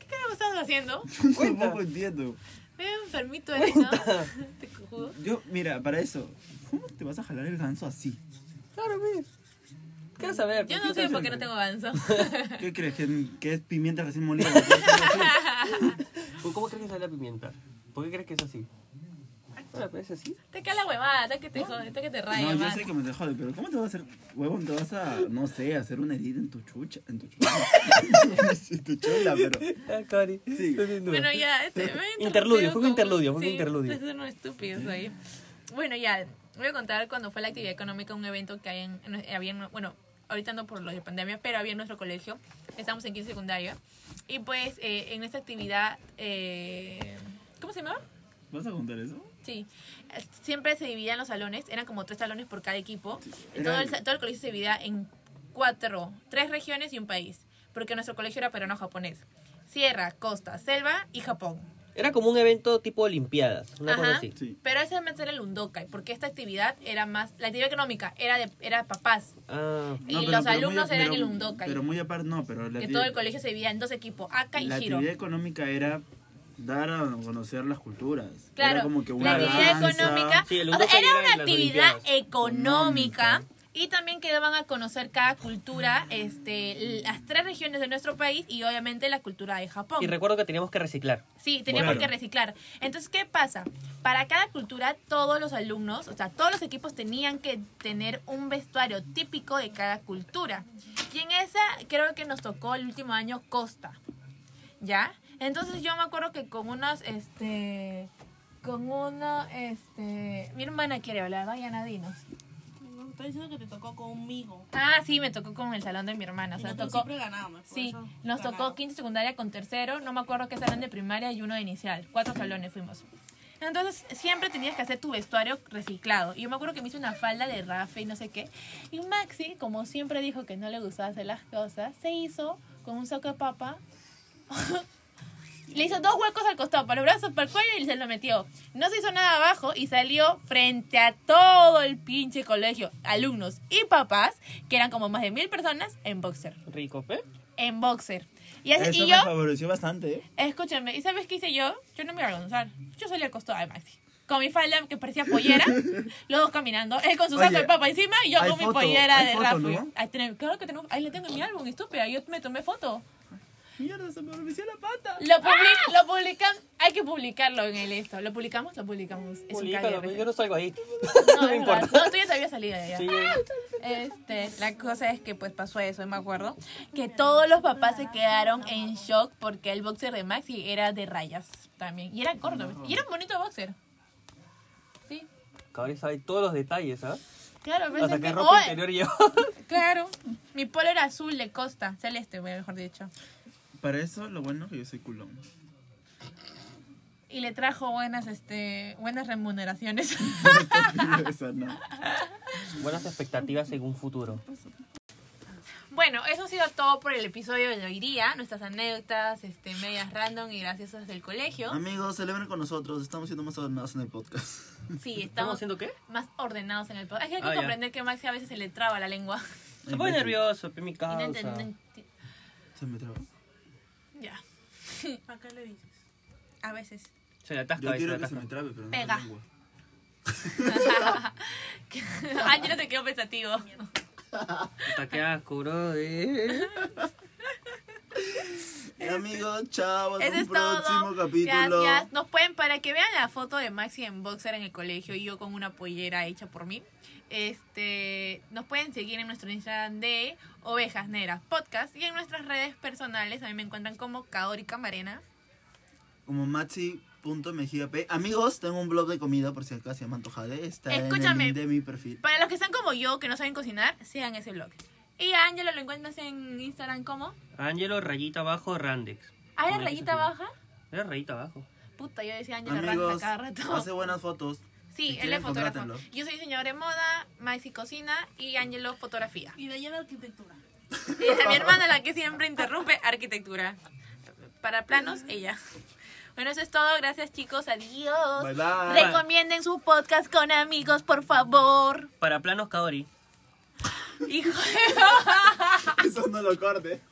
S7: ¿Qué carajo estabas haciendo?
S2: Tampoco entiendo.
S7: Medio enfermito eres, ¿no? Te cojudo.
S2: Yo, mira, para eso, ¿cómo te vas a jalar el ganso así?
S4: Claro, ¿ves? ¿Qué vas a ver? Pues,
S7: Yo no sé por qué no tengo ganso.
S2: ¿Qué crees? ¿Que, que es pimienta recién molida?
S4: ¿Cómo crees que sale la pimienta? ¿Por qué crees que es así? Ahora, pues es así.
S7: Te cae la huevada, está que te jode, está que te raya,
S2: No, yo
S7: man.
S2: sé que me te jode, pero ¿cómo te vas a hacer, huevón? Te vas a, no sé, hacer una herida en tu chucha, en tu chucha, en tu chola, pero...
S4: Ah, Cari.
S2: Sí.
S7: Bueno, ya, este, me he
S4: Interludio, fue un
S7: interrumpido
S4: interludio, fue un
S7: sí,
S4: interludio.
S7: ustedes son unos estúpidos ahí. Bueno, ya, voy a contar cuando fue la actividad económica, un evento que hay en, en- había en- bueno, ahorita no por lo de pandemia, pero había en nuestro colegio, estamos en 15 secundaria, y pues eh, en esta actividad, eh, ¿cómo se llamaba?
S2: ¿Vas a contar eso?
S7: Sí, Eh, siempre se dividían los salones, eran como tres salones por cada equipo.
S2: era
S7: Todo, el,
S2: el-
S7: sa- todo el colegio se dividía en cuatro, tres regiones y un país, porque nuestro colegio era peruano-japonés. Sierra, costa, selva y Japón.
S4: Era como un evento tipo Olimpiadas, una cosa
S7: Ajá.
S4: así.
S2: Sí.
S7: Pero ese realmente era el undokai, porque esta actividad era más, la actividad económica era de era papás.
S4: Ah,
S7: Y los alumnos eran el Undokai.
S2: Pero muy aparte, no, pero... La
S7: Que
S2: acti-
S7: todo el colegio se dividía en dos equipos, Aka y
S2: La
S7: Hiro.
S2: actividad económica era dar a conocer las culturas.
S7: Claro,
S2: Era como que
S7: la
S2: una
S7: actividad
S2: danza.
S7: económica.
S4: Sí, el
S7: o sea,
S4: undokai
S7: era
S4: era en
S7: una
S4: las
S7: actividad
S4: Olimpiadas.
S2: Mm,
S7: económica y también quedaban a conocer cada cultura, este, las tres regiones de nuestro país y obviamente la cultura de Japón.
S4: y recuerdo que teníamos que reciclar.
S7: Sí, teníamos
S2: Claro.
S7: que reciclar. Entonces, ¿qué pasa? Para cada cultura, todos los alumnos, o sea, todos los equipos tenían que tener un vestuario típico de cada cultura. Y en esa, creo que nos tocó el último año Costa. ¿Ya? Entonces, yo me acuerdo que con unos, este. Con uno, este. Mi hermana quiere hablar, Diana, dinos.
S8: No, está diciendo que te tocó conmigo.
S7: Ah, sí, me tocó con el salón de mi hermana. O
S8: Y
S7: sea,
S8: nosotros
S7: tocó.
S8: siempre ganábamos. por
S7: Sí,
S8: eso
S7: nos tocó
S8: ganábamos.
S7: 15 secundaria con tercero, no me acuerdo qué salón de primaria y uno de inicial. Cuatro salones fuimos. Entonces, siempre tenías que hacer tu vestuario reciclado. Y yo me acuerdo que me hice una falda de Rafa y no sé qué. Y Maxi, como siempre dijo que no le gustaba hacer las cosas, se hizo con un saco de papa. le hizo dos huecos al costado, para los brazos, para el cuello y se lo metió. No se hizo nada abajo y salió frente a todo el pinche colegio, alumnos y papás, que eran como más de mil personas, en boxer
S4: Rico, ¿eh?
S7: en boxer. Y, así-
S2: Eso
S7: y
S2: me
S7: yo,
S2: favoreció bastante, ¿eh?
S7: escúchame, ¿y sabes qué hice yo? Yo no me iba a avergonzar. Yo salí al costado de Maxi. Con mi falda que parecía pollera, los dos caminando. Él con su saco
S2: Oye,
S7: de papa encima y yo
S2: hay
S7: con mi
S2: foto,
S7: pollera
S2: hay
S7: de
S2: foto,
S7: Rafa.
S2: ¿no?
S7: Ahí tenemos- claro que tenemos, ahí la tengo en mi álbum, estúpida. Yo me tomé foto.
S2: Mierda, se me revisió la pata.
S7: Lo, public- lo publicamos, hay que publicarlo en el esto. ¿Lo publicamos? Lo publicamos. Es un cague
S4: Publicalo,
S7: de risa.
S4: pues, yo no salgo ahí.
S7: No,
S4: No me
S7: es verdad.
S4: importa.
S7: No, tú ya te habías salido de allá.
S4: Sí, yo-
S7: Este, la cosa es que pues pasó eso, me acuerdo, que todos los papás se quedaron en shock porque el boxer de Maxi era de rayas también. Y era corto, y era un bonito boxer. Sí,
S4: Cabrón sabe todos los detalles, ¿ah?
S7: claro, pero
S4: Hasta
S7: Pues es
S4: que
S7: que-
S4: ropa
S7: ¡Oye!
S4: interior yo.
S7: Claro, mi polo era azul de costa, celeste, bueno, mejor dicho.
S2: Para eso, lo bueno es que yo soy culón.
S7: Y le trajo buenas, este, buenas remuneraciones.
S2: Esa no.
S4: Buenas expectativas en un futuro.
S7: Bueno, eso ha sido todo por el episodio de hoy día, nuestras anécdotas, este, medias random y graciosas del colegio.
S4: Ah,
S2: Amigos, celebren con nosotros. Estamos siendo más ordenados en el podcast.
S7: Sí,
S4: ¿Estamos
S7: estamos
S4: haciendo qué?
S7: más ordenados en el podcast. Hay que
S4: Ah, ya.
S7: comprender que a Maxi a veces se le traba la lengua.
S4: Se pone nervioso, pe, mi
S7: Y no
S4: causa.
S7: enten- no enti-
S2: Se me trabó.
S7: Ya,
S8: Acá le dices.
S7: a veces.
S4: Se le atasca,
S2: Yo
S4: se le
S2: quiero que se
S4: atasca.
S2: me trabe, pero no
S7: Pega.
S2: la lengua.
S7: Ay, yo no te quedo pensativo.
S4: Puta, qué asco, bro. eh.
S2: Y amigos, chao. Hasta
S7: Eso
S2: un
S7: es todo.
S2: próximo capítulo.
S7: Gracias. Nos pueden, para que vean la foto de Maxi en boxer en el colegio y yo con una pollera hecha por mí. Este, nos pueden seguir en nuestro Instagram de Ovejas Negras Podcast y en nuestras redes personales. A mí me encuentran como Kaori Camarena.
S2: Como maxi.mejigap. Amigos, tengo un blog de comida por si acaso se me antojade. Está
S7: Escúchame.
S2: en el link de mi perfil.
S7: Para los que están como yo, que no saben cocinar, sigan ese blog. Y a Ángelo lo encuentras en Instagram como.
S4: Ángelo, rayita abajo, Randex.
S7: Ah, era
S4: Con
S7: rayita
S4: ese-
S7: baja.
S4: Era rayita abajo.
S7: Puta, yo decía Ángelo Randex a
S2: Amigos,
S7: cada rato.
S2: hace buenas fotos. Si
S7: Sí, él
S2: quieren,
S7: es fotógrafo.
S2: contrátenlo.
S7: Yo soy diseñador de moda, Maxi cocina y Ángelo fotografía.
S9: Y de allá la arquitectura.
S7: Es a mi hermana la que siempre interrumpe arquitectura. Para planos, ella. Bueno, eso es todo. Gracias, chicos. Adiós.
S2: Bye bye.
S7: Recomienden su podcast con amigos, por favor.
S4: Para planos, Kaori.
S7: Hijo de...
S2: Eso no lo corte.